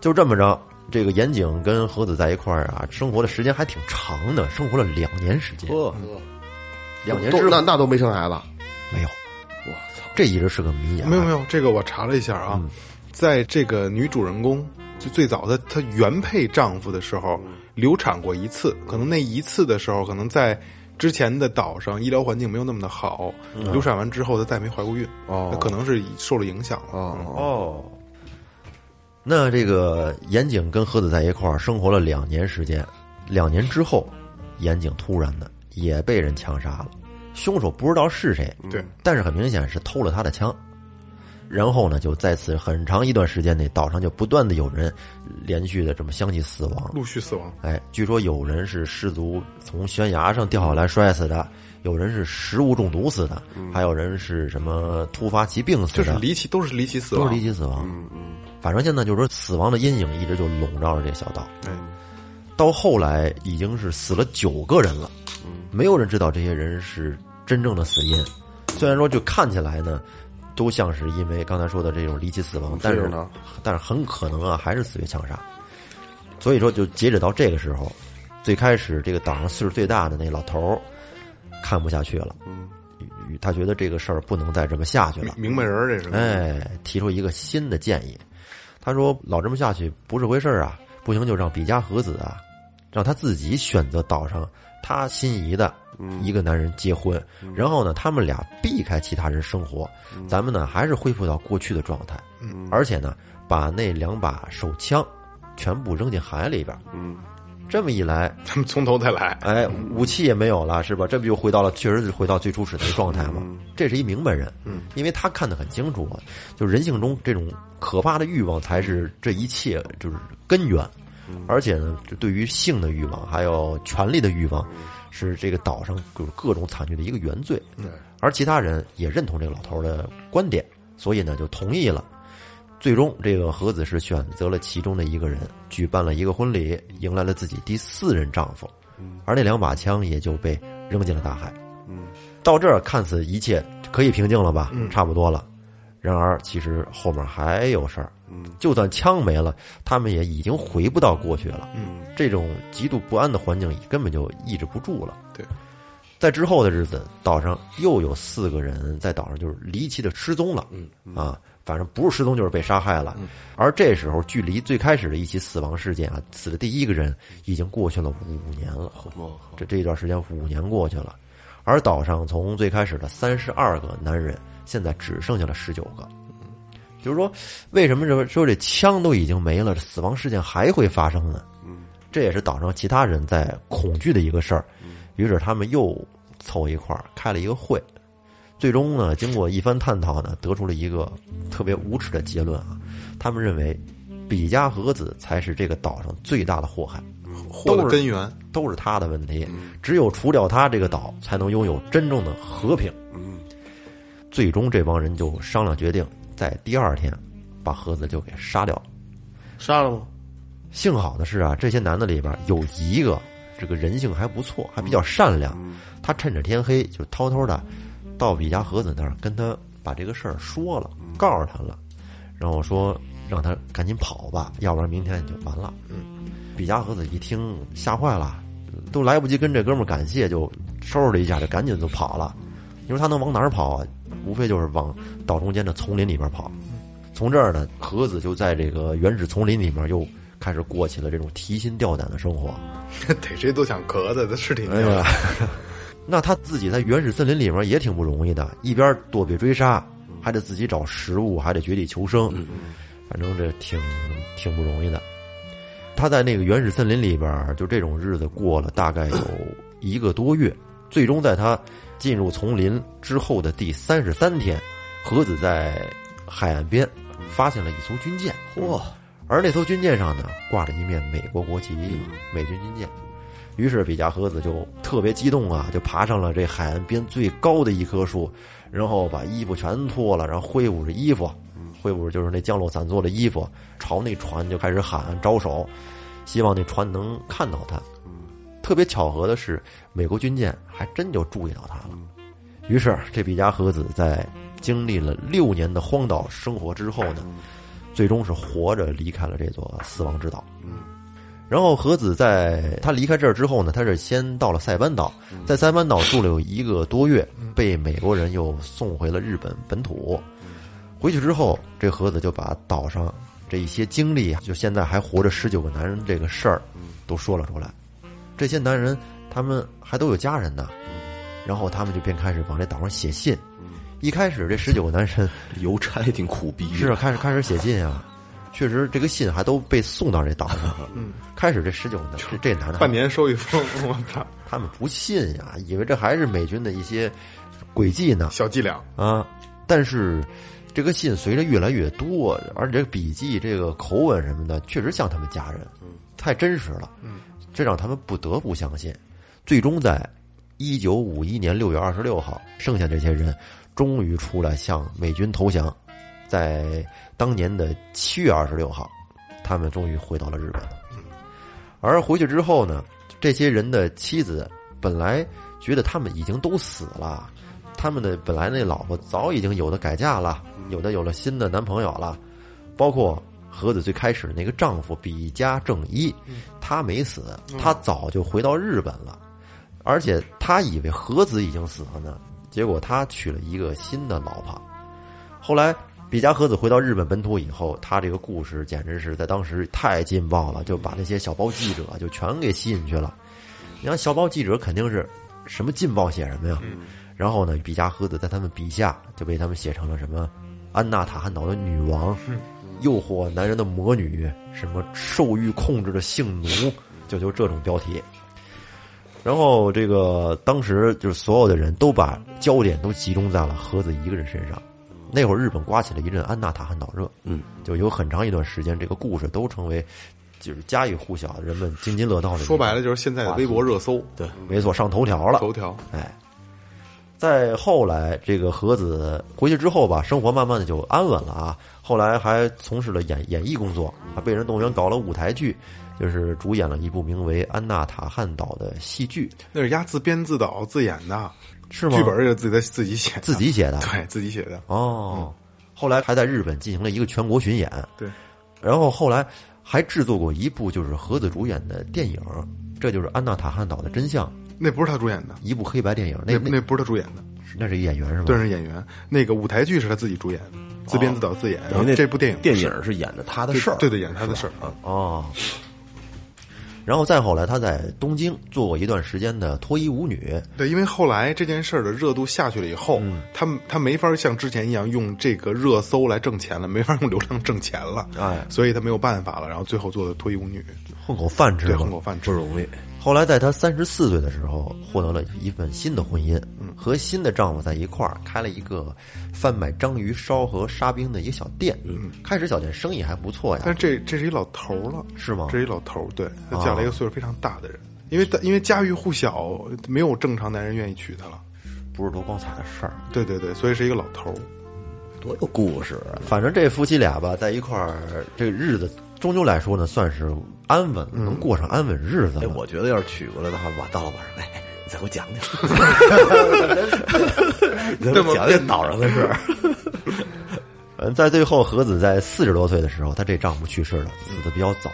Speaker 5: 就这么着，这个岩井跟和子在一块儿啊，生活的时间还挺长的，生活了两年时间，
Speaker 4: 呵，
Speaker 5: 两年
Speaker 4: 都
Speaker 5: 之后
Speaker 4: 那那都没生孩子，
Speaker 5: 没有。我操，这一直是个谜啊！
Speaker 3: 没有没有，这个我查了一下啊，
Speaker 5: 嗯
Speaker 3: 在这个女主人公就最早的她原配丈夫的时候
Speaker 5: 嗯
Speaker 3: 流产过一次，可能那一次的时候，可能在之前的岛上医疗环境没有那么的好，
Speaker 5: 嗯
Speaker 3: 流产完之后她再没怀过孕，
Speaker 4: 哦
Speaker 3: 那可能是受了影响了。
Speaker 4: 哦，
Speaker 5: 哦。那这个岩井跟和子在一块儿生活了两年时间，两年之后，岩井突然的也被人枪杀了，凶手不知道是谁，
Speaker 3: 对，
Speaker 5: 但是很明显是偷了他的枪。然后呢，就在此很长一段时间内，岛上就不断的有人连续的这么相继死亡。
Speaker 3: 陆续死亡，
Speaker 5: 哎，据说有人是失足从悬崖上掉下来摔死的，有人是食物中毒死的，还有人是什么突发疾病死
Speaker 3: 嗯就
Speaker 5: 的，
Speaker 3: 是离奇，都是离奇死
Speaker 5: 都
Speaker 3: 亡，
Speaker 5: 是离奇死亡。嗯嗯，反正现在就是说，死亡的阴影一直就笼罩着这小岛。到后来已经是死了九个人了，没有人知道这些人是真正的死因。虽然说就看起来呢，都像是因为刚才说的这种离奇死亡，但
Speaker 4: 是
Speaker 5: 是
Speaker 4: 呢
Speaker 5: 但是很可能啊，还是死于枪杀。所以说，就截止到这个时候，最开始这个岛上岁数最大的那老头儿看不下去了，嗯，他觉得这个事儿不能再这么下去了，
Speaker 3: 明明白人儿这是。
Speaker 5: 哎，提出一个新的建议。他说：“老这么下去不是回事儿啊，不行就让比嘉和子啊，让他自己选择岛上他心仪的一个男人结婚，然后呢，他们俩避开其他人生活，咱们呢还是恢复到过去的状态，而且呢，把那两把手枪全部扔进海里边。嗯，这么一来，
Speaker 3: 咱们从头再来，
Speaker 5: 哎，武器也没有了，是吧？这不就回到了，确实是回到最初始的状态吗？这是一明白人，嗯，因为他看得很清楚啊，就人性中这种可怕的欲望才是这一切就是根源。而且呢，就对于性的欲望还有权力的欲望，是这个岛上就是各种惨剧的一个原罪。而其他人也认同这个老头儿的观点，所以呢就同意了。最终，这个和子是选择了其中的一个人，举办了一个婚礼，迎来了自己第四任丈夫，而那两把枪也就被扔进了大海。
Speaker 3: 嗯
Speaker 5: 到这儿看似一切可以平静了吧，差不多了。然而，其实后面还有事儿。
Speaker 3: 嗯
Speaker 5: 就算枪没了，他们也已经回不到过去了。
Speaker 3: 嗯，
Speaker 5: 这种极度不安的环境里根本就抑制不住了。
Speaker 3: 对，
Speaker 5: 在之后的日子，岛上又有四个人在岛上就是离奇的失踪了。嗯啊，反正不是失踪就是被杀害了。
Speaker 3: 嗯
Speaker 5: 而这时候，距离最开始的一起死亡事件啊，死的第一个人已经过去了五年
Speaker 3: 哦
Speaker 5: 了。这这一段时间五年过去了，而岛上从最开始的三十二个男人，现在只剩下了十九个。就是说，为什么说说这枪都已经没了，死亡事件还会发生呢？这也是岛上其他人在恐惧的一个事儿。于是他们又凑一块儿开了一个会，最终呢，经过一番探讨呢，得出了一个特别无耻的结论啊。他们认为，比加和子才是这个岛上最大的祸害，
Speaker 3: 祸的根源。
Speaker 5: 都是他的问题。只有除掉他，这个岛才能拥有真正的和平。嗯，最终这帮人就商量决定，在第二天把盒子就给杀掉了。
Speaker 4: 杀了吗？
Speaker 5: 幸好的是啊，这些男的里边有一个这个人性还不错，还比较善良，他趁着天黑就偷偷的到比加和子那儿跟他把这个事儿说了，告诉他了，然后说让他赶紧跑吧，要不然明天你就完了。嗯，比加和子一听吓坏了，都来不及跟这哥们儿感谢，就收拾了一下就赶紧就跑了。你说他能往哪儿跑啊？无非就是往岛中间的丛林里边跑。从这儿呢，和子就在这个原始丛林里面又开始过起了这种提心吊胆的生活。
Speaker 3: 逮谁都想咳的，这是挺厉害
Speaker 5: 呀
Speaker 3: 的。，
Speaker 5: 那他自己在原始森林里面也挺不容易的，一边躲避追杀，还得自己找食物，还得绝地求生，反正这挺挺不容易的。他在那个原始森林里边儿，就这种日子过了大概有一个多月，最终在他进入丛林之后的第三十三天，和子在海岸边发现了一艘军舰，嚯！而那艘军舰上呢，挂着一面美国国旗，美军军舰。于是比加和子就特别激动啊，就爬上了这海岸边最高的一棵树，然后把衣服全脱了，然后挥舞着衣服，挥舞着就是那降落伞做的衣服，朝那船就开始喊招手，希望那船能看到他。特别巧合的是，美国军舰还真就注意到他了。于是，这比加和子在经历了六年的荒岛生活之后呢，最终是活着离开了这座死亡之岛。然后和子在他离开这儿之后呢，他是先到了塞班岛，在塞班岛住了有一个多月，被美国人又送回了日本本土。回去之后，这和子就把岛上这一些经历，就现在还活着十九个男人这个事儿，都说了出来。这些男人他们还都有家人呢，然后他们就便开始往这岛上写信。一开始这十九个男人
Speaker 6: 邮差挺苦逼的，
Speaker 5: 是啊，开始开始写信啊，确实这个信还都被送到这岛上了。嗯，开始这十九男这这男的还
Speaker 3: 半年收一封，我操，
Speaker 5: 他们不信呀，以为这还是美军的一些诡计呢
Speaker 3: 小伎俩。
Speaker 5: 啊！但是这个信随着越来越多，而且这个笔记、这个口吻什么的，确实像他们家人，太真实了，这让他们不得不相信。最终在一九五一年六月二十六号，剩下这些人终于出来向美军投降，在当年的七月二十六号，他们终于回到了日本。而回去之后呢，这些人的妻子本来觉得他们已经都死了，他们的本来那老婆早已经有的改嫁了，有的有了新的男朋友了，包括和子最开始那个丈夫比嘉正一，他没死，他早就回到日本了，而且他以为和子已经死了呢，结果他娶了一个新的老婆。后来比嘉和子回到日本本土以后，他这个故事简直是在当时太劲爆了，就把那些小报记者就全给吸引去了。你看小报记者肯定是什么劲爆写什么呀？
Speaker 3: 嗯
Speaker 5: 然后呢，比嘉和子在他们笔下就被他们写成了什么
Speaker 3: 嗯
Speaker 5: 安娜塔汉岛的女王，诱惑男人的魔女，什么受欲控制的性奴，就就这种标题。然后这个当时就是所有的人都把焦点都集中在了和子一个人身上。那会儿日本刮起了一阵安娜塔汉岛热，嗯，就有很长一段时间，这个故事都成为就是家喻户晓，人们津津乐道的。
Speaker 3: 说白了，就是现在的微博热搜，
Speaker 5: 对，没错，上头条了。
Speaker 3: 头条。
Speaker 5: 哎，再后来，这个和子回去之后吧，生活慢慢的就安稳了啊。后来还从事了演演艺工作，还被人动员搞了舞台剧，就是主演了一部名为《安娜塔汉岛》的戏剧，
Speaker 3: 那是丫自编自导自演的，啊
Speaker 5: 是吗？
Speaker 3: 剧本也自己的自己写的，
Speaker 5: 自己写的。
Speaker 3: 对自己写的。
Speaker 5: 哦，后来还在日本进行了一个全国巡演，
Speaker 3: 对，
Speaker 5: 然后后来还制作过一部就是和子主演的电影，这就是《安娜塔汉岛的真相》，
Speaker 3: 那不是他主演的，
Speaker 5: 一部黑白电影。
Speaker 3: 那
Speaker 5: 那那
Speaker 3: 那不是他主演的，
Speaker 5: 那是一演员是吗？
Speaker 3: 对，是演员。那个舞台剧是他自己主演的，自编自导自演。
Speaker 6: 哦
Speaker 3: 然后这部电影不
Speaker 6: 电
Speaker 3: 是
Speaker 6: 影是演的他的
Speaker 3: 对
Speaker 6: 事儿，
Speaker 3: 对对，演他的事儿啊。
Speaker 5: 哦。然后再后来，他在东京做过一段时间的脱衣舞女，
Speaker 3: 对，因为后来这件事儿的热度下去了以后，他他没法像之前一样用这个热搜来挣钱了，没法用流量挣钱了，
Speaker 5: 哎
Speaker 3: 所以他没有办法了，然后最后做的脱衣舞女，
Speaker 5: 混口饭吃
Speaker 3: 对，
Speaker 5: 嘛
Speaker 3: 混口饭吃
Speaker 6: 不。容易。
Speaker 5: 后来在她三十四岁的时候，获得了一份新的婚姻，
Speaker 3: 嗯
Speaker 5: 和新的丈夫在一块儿开了一个贩卖章鱼烧和沙冰的一个小店。开始小店生意还不错呀
Speaker 3: 嗯但，是这这是一老头儿了，
Speaker 5: 是吗
Speaker 3: 这是一老啊头儿，对他嫁了一个岁数非常大的人，因为他因为家喻户晓，没有正常男人愿意娶她了。
Speaker 5: 不是多光彩的事儿。
Speaker 3: 对对对，所以是一个老头儿。
Speaker 6: 多有故事啊！
Speaker 5: 反正这夫妻俩吧，在一块儿，这日子终究来说呢，算是安稳，
Speaker 3: 嗯
Speaker 5: 能过上安稳日子
Speaker 6: 哎，
Speaker 5: 了。
Speaker 6: 我觉得要是娶过来的话，晚到了晚上，哎，你再给我讲讲， 你再给我讲讲岛上的事儿。
Speaker 5: 嗯，在最后，和子在四十多岁的时候，她这丈夫去世了，死的比较早。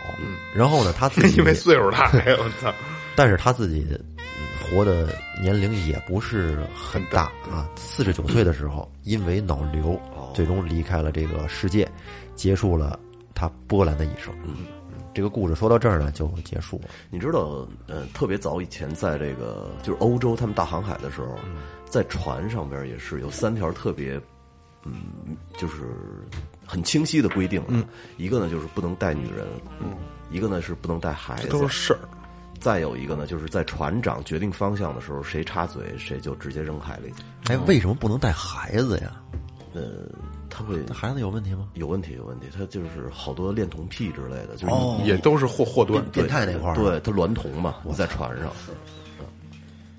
Speaker 5: 然后呢，她自己
Speaker 3: 因为岁数大，哎呦我操！
Speaker 5: 但是他自己嗯活的年龄也不是很大啊，四十九岁的时候，因为脑瘤，最终离开了这个世界，结束了他波兰的一生。嗯，这个故事说到这儿呢就结束了。
Speaker 6: 你知道，呃，特别早以前，在这个就是欧洲，他们大航海的时候，
Speaker 3: 嗯
Speaker 6: 在船上边也是有三条特别，嗯，就是很清晰的规定。嗯，一个呢就是不能带女人，嗯，一个呢是不能带孩子，
Speaker 3: 都是事儿，
Speaker 6: 再有一个呢就是在船长决定方向的时候，谁插嘴谁就直接扔海里。
Speaker 5: 哎，为什么不能带孩子呀？
Speaker 6: 呃，他会
Speaker 5: 孩子有问题吗？
Speaker 6: 有问题，有问题，他就是好多恋童癖之类的，就是
Speaker 3: 也都是祸祸端。
Speaker 5: 哦变态那块儿
Speaker 6: 对他娈童嘛，我在船上，嗯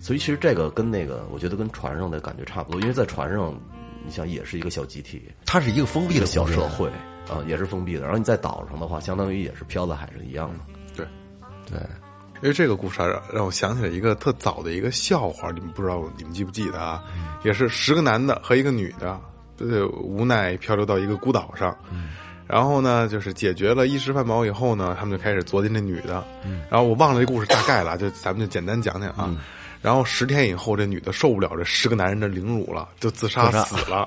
Speaker 6: 所以其实这个跟那个，我觉得跟船上的感觉差不多，因为在船上，你想也是一个小集体，
Speaker 5: 他是一个封闭
Speaker 6: 一
Speaker 5: 的
Speaker 6: 个小
Speaker 5: 空
Speaker 6: 社
Speaker 5: 间，
Speaker 6: 会啊，也是封闭的。然后你在岛上的话，相当于也是漂在海上一样的。
Speaker 3: 对，对，因为这个故事啊让让我想起了一个特早的一个笑话，你们不知道你们记不记得啊？
Speaker 5: 嗯
Speaker 3: 也是十个男的和一个女的，呃，无奈漂流到一个孤岛上。
Speaker 5: 嗯
Speaker 3: 然后呢，就是解决了衣食饭饱以后呢，他们就开始昨天这女的。
Speaker 5: 嗯
Speaker 3: 然后我忘了这故事大概了，就咱们就简单讲讲啊。然后十天以后，这女的受不了这十个男人的凌辱了，就自杀死了。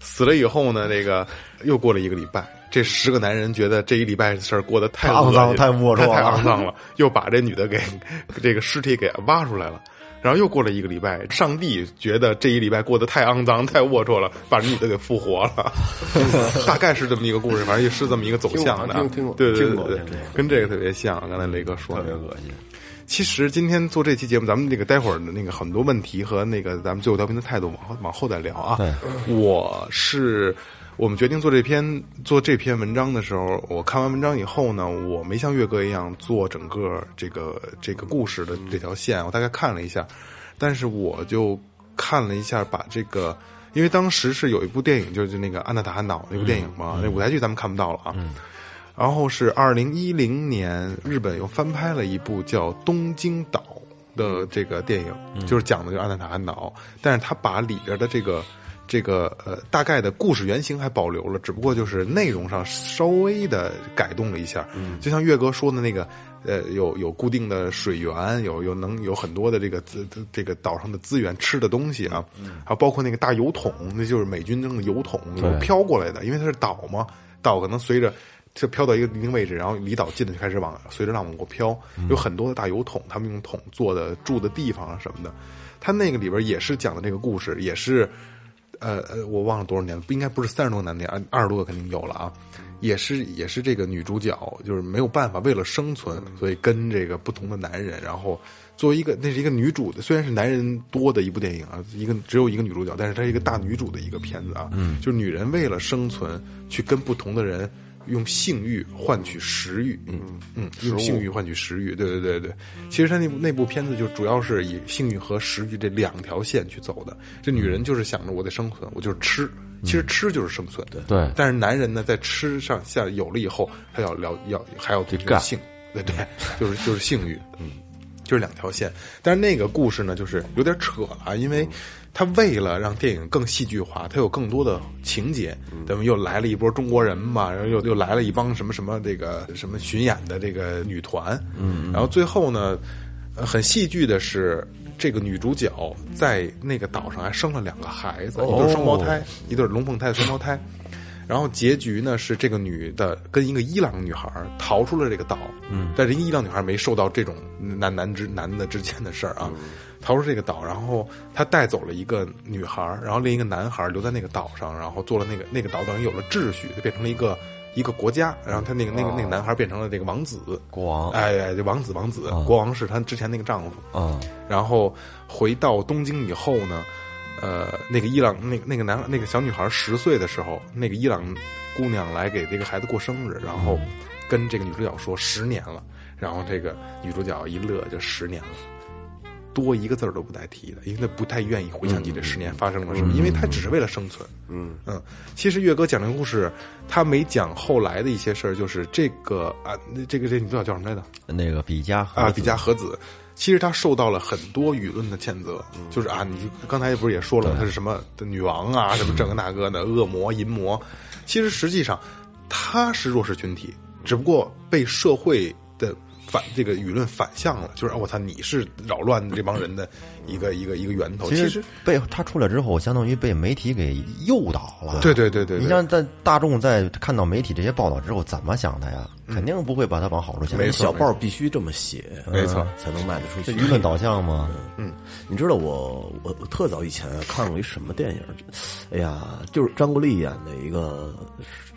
Speaker 3: 死了以后呢，这个又过了一个礼拜，这十个男人觉得这一礼拜的事儿过得太
Speaker 5: 太肮脏
Speaker 3: 恶心
Speaker 5: 太龌龊
Speaker 3: 太
Speaker 5: 了
Speaker 3: 肮脏了，又把这女的给这个尸体给挖出来了。然后又过了一个礼拜，上帝觉得这一礼拜过得太肮脏、太龌龊了，把这女的给复活了。 大概是这么一个故事，反正也是这么一个走向的。
Speaker 4: 听过听过
Speaker 3: 对对
Speaker 4: 听
Speaker 3: 对
Speaker 4: 过
Speaker 3: 对
Speaker 4: 听过，
Speaker 3: 跟这个特别像。刚才雷哥说的，
Speaker 4: 恶心。
Speaker 3: 其实今天做这期节目，咱们那个待会儿的那个很多问题和那个咱们最后调频的态度，往后往后再聊啊。我是我们决定做这篇做这篇文章的时候，我看完文章以后呢，我没像岳哥一样做整个这个这个故事的这条线，我大概看了一下，但是我就看了一下，把这个。因为当时是有一部电影，就是那个《安娜塔汉岛》那部电影嘛，那舞台剧咱们看不到了啊。然后是二零一零年，日本又翻拍了一部叫《东京岛》的这个电影，就是讲的就是安达塔汉岛，但是他把里边的这个这个呃大概的故事原型还保留了，只不过就是内容上稍微的改动了一下。就像岳哥说的那个，呃，有有固定的水源，有有能有很多的这个资这个岛上的资源吃的东西啊，还有包括那个大油桶，那就是美军扔的油桶飘过来的，因为它是岛嘛，岛可能随着。就飘到一个一定位置，然后离岛近的就开始往随着浪往过飘，有很多的大油桶，他们用桶做的住的地方啊什么的。他那个里边也是讲的这个故事，也是呃呃，我忘了多少年了，不应该不是三十多个年代，二十多个肯定有了啊。也是也是这个女主角，就是没有办法，为了生存，所以跟这个不同的男人，然后作为一个那是一个女主的，虽然是男人多的一部电影啊，一个只有一个女主角，但是它是一个大女主的一个片子啊，嗯，就是女人为了生存去跟不同的人用性欲换取食欲，嗯嗯，用性欲换取食欲，对对对对。其实他那部那部片子就主要是以性欲和食欲这两条线去走的。这女人就是想着我得生存，我就是吃，其实吃就是生存，嗯对、
Speaker 7: 对
Speaker 3: 但是男人呢，在吃上下有了以后，他要聊要还要追求
Speaker 7: 干
Speaker 3: 性，对对，就是就是性欲，嗯，就是两条线。但是那个故事呢，就是有点扯了啊，因为他为了让电影更戏剧化，他有更多的情节，咱们又来了一波中国人嘛，然后又又来了一帮什么什么这个什么巡演的这个女团，嗯，然后最后呢，呃很戏剧的是。这个女主角在那个岛上还生了两个孩子，一对双胞胎，一对龙凤胎的双胞胎。然后结局呢是这个女的跟一个伊朗女孩逃出了这个岛，嗯，但是伊朗女孩没受到这种男男之男的之间的事儿啊，
Speaker 5: 嗯
Speaker 3: 逃出这个岛，然后她带走了一个女孩，然后另一个男孩留在那个岛上，然后做了那个那个岛等于有了秩序，就变成了一个一个国家，然后他那个那个那个男孩变成了这个王子，
Speaker 5: 国王
Speaker 3: 哎哎，这王子王子，国王是她之前那个丈夫，
Speaker 5: 啊，
Speaker 3: 然后回到东京以后呢，呃，那个伊朗那个那个男那个小女孩十岁的时候，那个伊朗姑娘来给这个孩子过生日，然后跟这个女主角说十年了，然后这个女主角一乐就十年了。多一个字儿都不带提的，因为她不太愿意回想起这十年发生了什么，因为她只是为了生存。嗯嗯，其实岳哥讲这个故事，他没讲后来的一些事儿，就是这个啊，那这个这女主角叫什么来着？
Speaker 5: 那个比加和
Speaker 3: 啊，比加和子，其实她受到了很多舆论的谴责，就是啊，你刚才不是也说了，她是什么的女王啊，什么这个那个的恶魔、淫魔，其实实际上她是弱势群体，只不过被社会的。反这个舆论反向了，就是啊我操，你是扰乱这帮人的一个一个一个源头。
Speaker 5: 其
Speaker 3: 其
Speaker 5: 实被他出来之后，相当于被媒体给诱导了。
Speaker 3: 对对对对，对
Speaker 5: 你像在大众在看到媒体这些报道之后，怎么想的呀？肯定不会把它往好处想。
Speaker 3: 嗯没错
Speaker 6: 小报必须这么写，嗯
Speaker 3: 没错
Speaker 6: 才能卖得出
Speaker 5: 这
Speaker 6: 去。
Speaker 5: 舆论导向嘛，
Speaker 6: 你知道我我我特早以前看过一什么电影？哎呀，就是张国立演的一个，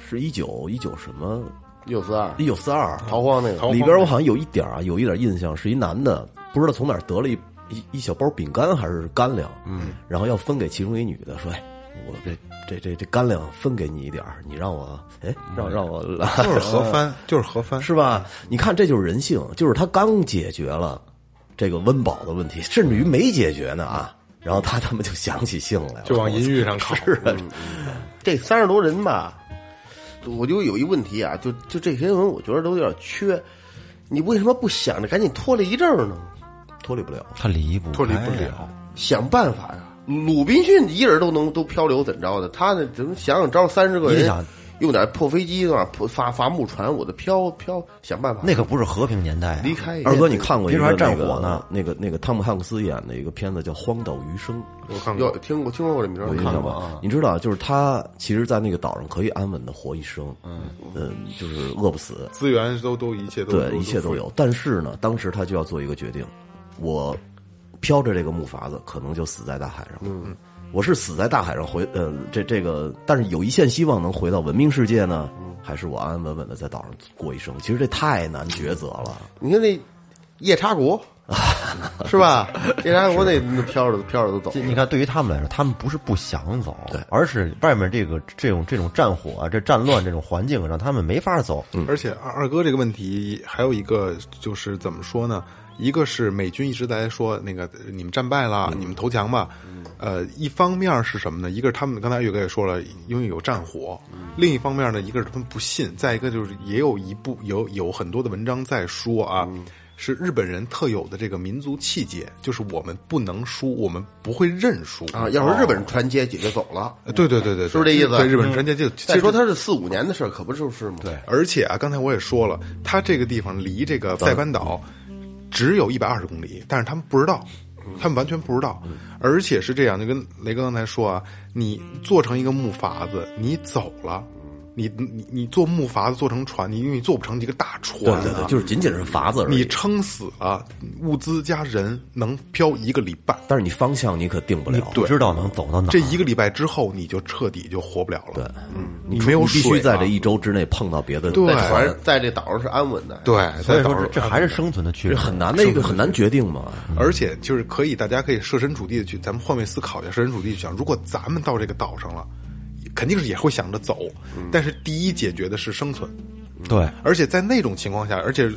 Speaker 6: 是一九一九什么
Speaker 4: 六四二
Speaker 6: 一九四二
Speaker 4: 逃荒那
Speaker 3: 逃
Speaker 4: 个，
Speaker 3: 荒
Speaker 6: 里边，我好像有一点啊，有一点印象，是一男的，不知道从哪儿得了一一一小包饼干还是干粮，嗯，然后要分给其中一女的，说，哎，我这这这这干粮分给你一点儿，你让我，哎，让让我来，
Speaker 3: 就是啊何帆，就是何帆，
Speaker 6: 是吧？你看，这就是人性，就是他刚解决了这个温饱的问题，甚至于没解决呢啊，然后他他妈就想起性来了，
Speaker 3: 就往淫欲上靠。
Speaker 4: 这三十多人吧，我就有一问题啊，就就这些人，我觉得都有点缺。你为什么不想着赶紧脱离一阵儿呢？
Speaker 6: 脱离不了。
Speaker 5: 他离不
Speaker 3: 脱离不
Speaker 5: 开啊呀
Speaker 3: 了。
Speaker 4: 想办法呀、鲁滨逊一人都能都漂流，怎着的？他那怎么想想招三十个
Speaker 5: 你
Speaker 4: 人
Speaker 5: 想，
Speaker 4: 用点破飞机啊，破发发木船，我的飘飘，想办法
Speaker 5: 那可不是和平年代啊，
Speaker 4: 离开一下。
Speaker 6: 二哥，你看过一
Speaker 5: 别
Speaker 6: 个
Speaker 5: 说还战
Speaker 6: 那个
Speaker 5: 火呢
Speaker 6: 那个那个汤姆汉克斯演的一个片子叫《荒岛余生》，
Speaker 3: 我看
Speaker 4: 有
Speaker 3: 过，
Speaker 4: 听过听说过这名儿？
Speaker 6: 有印
Speaker 4: 看
Speaker 6: 象
Speaker 4: 过
Speaker 6: 吧
Speaker 4: 啊？？
Speaker 6: 你知道，就是他其实，在那个岛上可以安稳的活一生，嗯就是饿不死，
Speaker 3: 资源都都一切都
Speaker 6: 对，一切都。有。但是呢，当时他就要做一个决定，我飘着这个木筏子，可能就死在大海上。嗯，我是死在大海上回呃，这这个，但是有一线希望能回到文明世界呢，
Speaker 3: 嗯
Speaker 6: 还是我安安稳稳的在岛上过一生？其实这太难抉择了。
Speaker 4: 你看那夜叉国是吧？夜叉国那那飘着飘着都走
Speaker 5: 这。你看，对于他们来说，他们不是不想走，而是外面这个这种这种战火、啊、这战乱、这种环境，让他们没法走。
Speaker 4: 嗯
Speaker 3: 而且二二哥这个问题还有一个就是怎么说呢？一个是美军一直在说那个你们战败
Speaker 4: 嗯
Speaker 3: 了，你们投降吧。呃，一方面是什么呢？一个是他们刚才岳哥也说了，因为有战火；
Speaker 4: 嗯
Speaker 3: 另一方面呢，一个是他们不信，再一个就是也有一部有有很多的文章在说啊。
Speaker 4: 嗯
Speaker 3: 是日本人特有的这个民族气节，就是我们不能输，我们不会认输
Speaker 4: 啊！要是日本人船接解就走了，
Speaker 3: 呃对对对对，
Speaker 4: 是不是这意思
Speaker 3: 对，日本人专家就其
Speaker 4: 再
Speaker 3: 实
Speaker 4: 说他是四五年的事儿，可不就是吗？对，
Speaker 3: 而且啊，刚才我也说了，它这个地方离这
Speaker 5: 嗯
Speaker 3: 个塞班岛只有一百二十公里，但是他们不知道，
Speaker 5: 嗯
Speaker 3: 他们完全不知道，而且是这样，就跟雷哥刚才说啊，你做成一个木筏子，你走了。
Speaker 5: 嗯
Speaker 3: 你你你做木筏子做成船，你因为你做不成一个大船、啊，
Speaker 6: 就是仅仅是筏子而
Speaker 3: 你
Speaker 6: 已。
Speaker 3: 撑死了，物资加人能漂一个礼拜，
Speaker 6: 但是你方向你可定不了，
Speaker 5: 不知道能走到哪儿。
Speaker 3: 这一个礼拜之后你就彻底就活不了了。对，嗯，你没有
Speaker 6: 你必
Speaker 3: 水
Speaker 6: 须在
Speaker 3: 了
Speaker 6: 这一周之内碰到别的
Speaker 3: 对
Speaker 4: 在船在这岛上是安稳的。
Speaker 3: 对，
Speaker 5: 所以
Speaker 3: 在岛
Speaker 5: 说
Speaker 3: 上
Speaker 5: 这，这还是生存的区别
Speaker 6: 这。很难的一个很难决定嘛。
Speaker 3: 而且就是可以，大家可以设身处地的去，咱们换位思考一下，设身处地地去想，如果咱们到这个岛上了，肯定是也会想着走，但是第一解决的是生存，
Speaker 5: 对，
Speaker 3: 而且在那种情况下，而且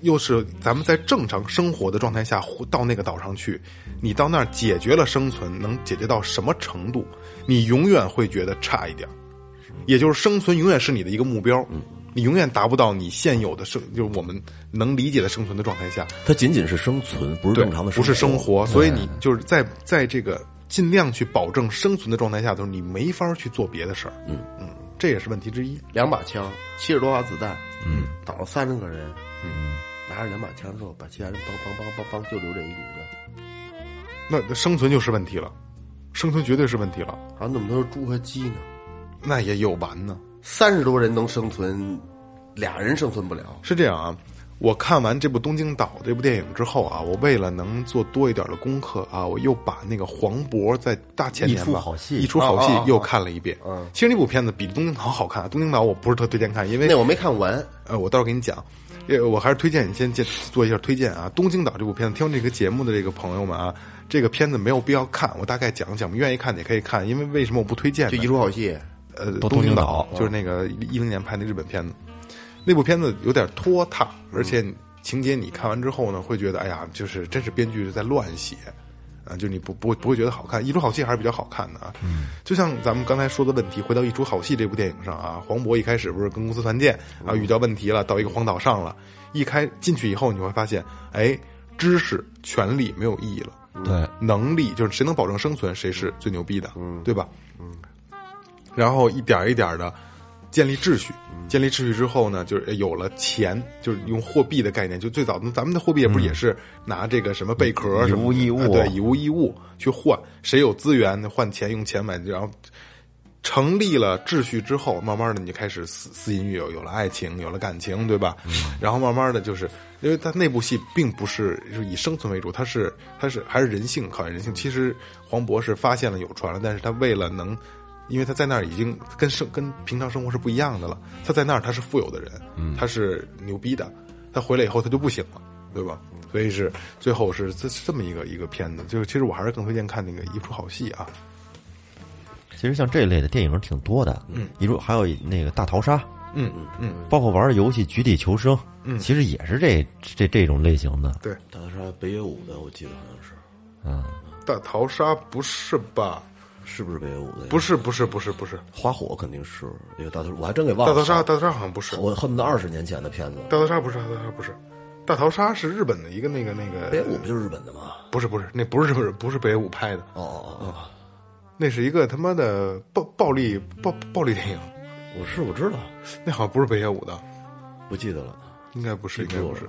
Speaker 3: 又是咱们在正常生活的状态下回到那个岛上去，你到那儿解决了生存，能解决到什么程度？你永远会觉得差一点儿，也就是生存永远是你的一个目标，你永远达不到你现有的生，就是我们能理解的生存的状态下，
Speaker 6: 它仅仅是生存，不是
Speaker 3: 对
Speaker 6: 正常的，
Speaker 3: 不是生
Speaker 6: 活。
Speaker 3: 活，所以你就是在在这个尽量去保证生存的状态下，就是你没法去做别的事儿，嗯嗯，这也是问题之一。
Speaker 4: 两把枪，七十多发子弹，嗯，挡了三十个人，嗯，拿着两把枪之后，把其他人梆梆梆梆梆，就留这一女的，
Speaker 3: 那那生存就是问题了，生存绝对是问题了。
Speaker 4: 好像那么多猪和鸡呢，
Speaker 3: 那也有完呢。
Speaker 4: 三十多人能生存，俩人生存不了，
Speaker 3: 是这样啊，我看完这部《东京岛》这部电影之后啊，我为了能做多一点的功课啊，我又把那个黄渤在大前年吧
Speaker 5: 一出好戏
Speaker 3: 一出好戏
Speaker 4: 啊啊啊
Speaker 3: 又看了一遍。
Speaker 4: 嗯
Speaker 3: 其实那部片子比《东京岛》好看，《啊东京岛》我不是特推荐看，因为
Speaker 4: 那我没看完，
Speaker 3: 呃，我到时候给你讲。呃，我还是推荐你先介做一下推荐啊，《东京岛》这部片子，听这个节目的这个朋友们啊，这个片子没有必要看，我大概讲讲，愿意看的也可以看，因为为什么我不推荐呢？
Speaker 4: 就一出好戏，
Speaker 3: 呃，
Speaker 5: 东
Speaker 3: 东
Speaker 5: 京
Speaker 3: 岛
Speaker 5: 岛
Speaker 3: 就是那个一零年拍那日本片子，那部片子有点拖沓，而且情节你看完之后呢，会觉得哎呀，就是真是编剧是在乱写。啊，就你不不不会觉得好看，一出好戏还是比较好看的啊。嗯，就像咱们刚才说的问题，回到一出好戏这部电影上啊，黄渤一开始不是跟公司团建啊，遇到问题了，到一个荒岛上了，一开进去以后，你会发现，哎，知识、权利没有意义了。
Speaker 5: 对，
Speaker 3: 能力，就是谁能保证生存，谁是最牛逼的，
Speaker 5: 嗯
Speaker 3: 对吧？然后一点儿一点的建立秩序，
Speaker 5: 嗯
Speaker 3: 建立秩序之后呢，就是哎有了钱，就是用货币的概念，就最早咱们的货币也不是也是拿这个什么贝壳什么的、
Speaker 5: 嗯以物易物
Speaker 3: 啊对，以物易物去换，谁有资源换钱，用钱买，然后。成立了秩序之后，慢慢的你就开始私私隐欲有，有了爱情，有了感情，对吧？然后慢慢的就是，因为它那部戏并不是就是以生存为主，它是它是还是人性考验人性。其实黄渤是发现了有船了，但是他为了能，因为他在那儿已经跟生跟平常生活是不一样的了，他在那儿他是富有的人，他是牛逼的，他回来以后他就不行了，对吧？所以是最后是这这么一个一个片子，就是其实我还是更推荐看那个一出好戏啊，
Speaker 5: 其实像这类的电影挺多的，嗯，一如还有那个大逃杀，
Speaker 3: 嗯嗯，
Speaker 5: 包括玩儿游戏《绝地求生》，嗯，其实也是这这这种类型的，
Speaker 3: 对。
Speaker 6: 他是北野武的，我记得好像是，
Speaker 3: 大逃杀不是吧？
Speaker 6: 是不是北野武的？
Speaker 3: 不
Speaker 6: 是，
Speaker 3: 是，不是，不是，不是。
Speaker 6: 花火肯定是那个大头，我还真给忘
Speaker 3: 大
Speaker 6: 了。
Speaker 3: 逃杀，大逃杀好像不是。
Speaker 6: 我恨不得二十年前的片子。
Speaker 3: 大逃杀不是，大逃杀不是。大逃杀是日本的一个那个那
Speaker 6: 北野
Speaker 3: 个，
Speaker 6: 武不就是日本的吗？
Speaker 3: 不是不是，那不是不是不是北野武拍的，
Speaker 6: 哦哦哦
Speaker 3: 那是一个他妈的暴暴力暴暴力电影，
Speaker 6: 哦，我是我知道，
Speaker 3: 那好像不是北野武的，
Speaker 6: 不记得了，
Speaker 3: 应该不是，应该不是。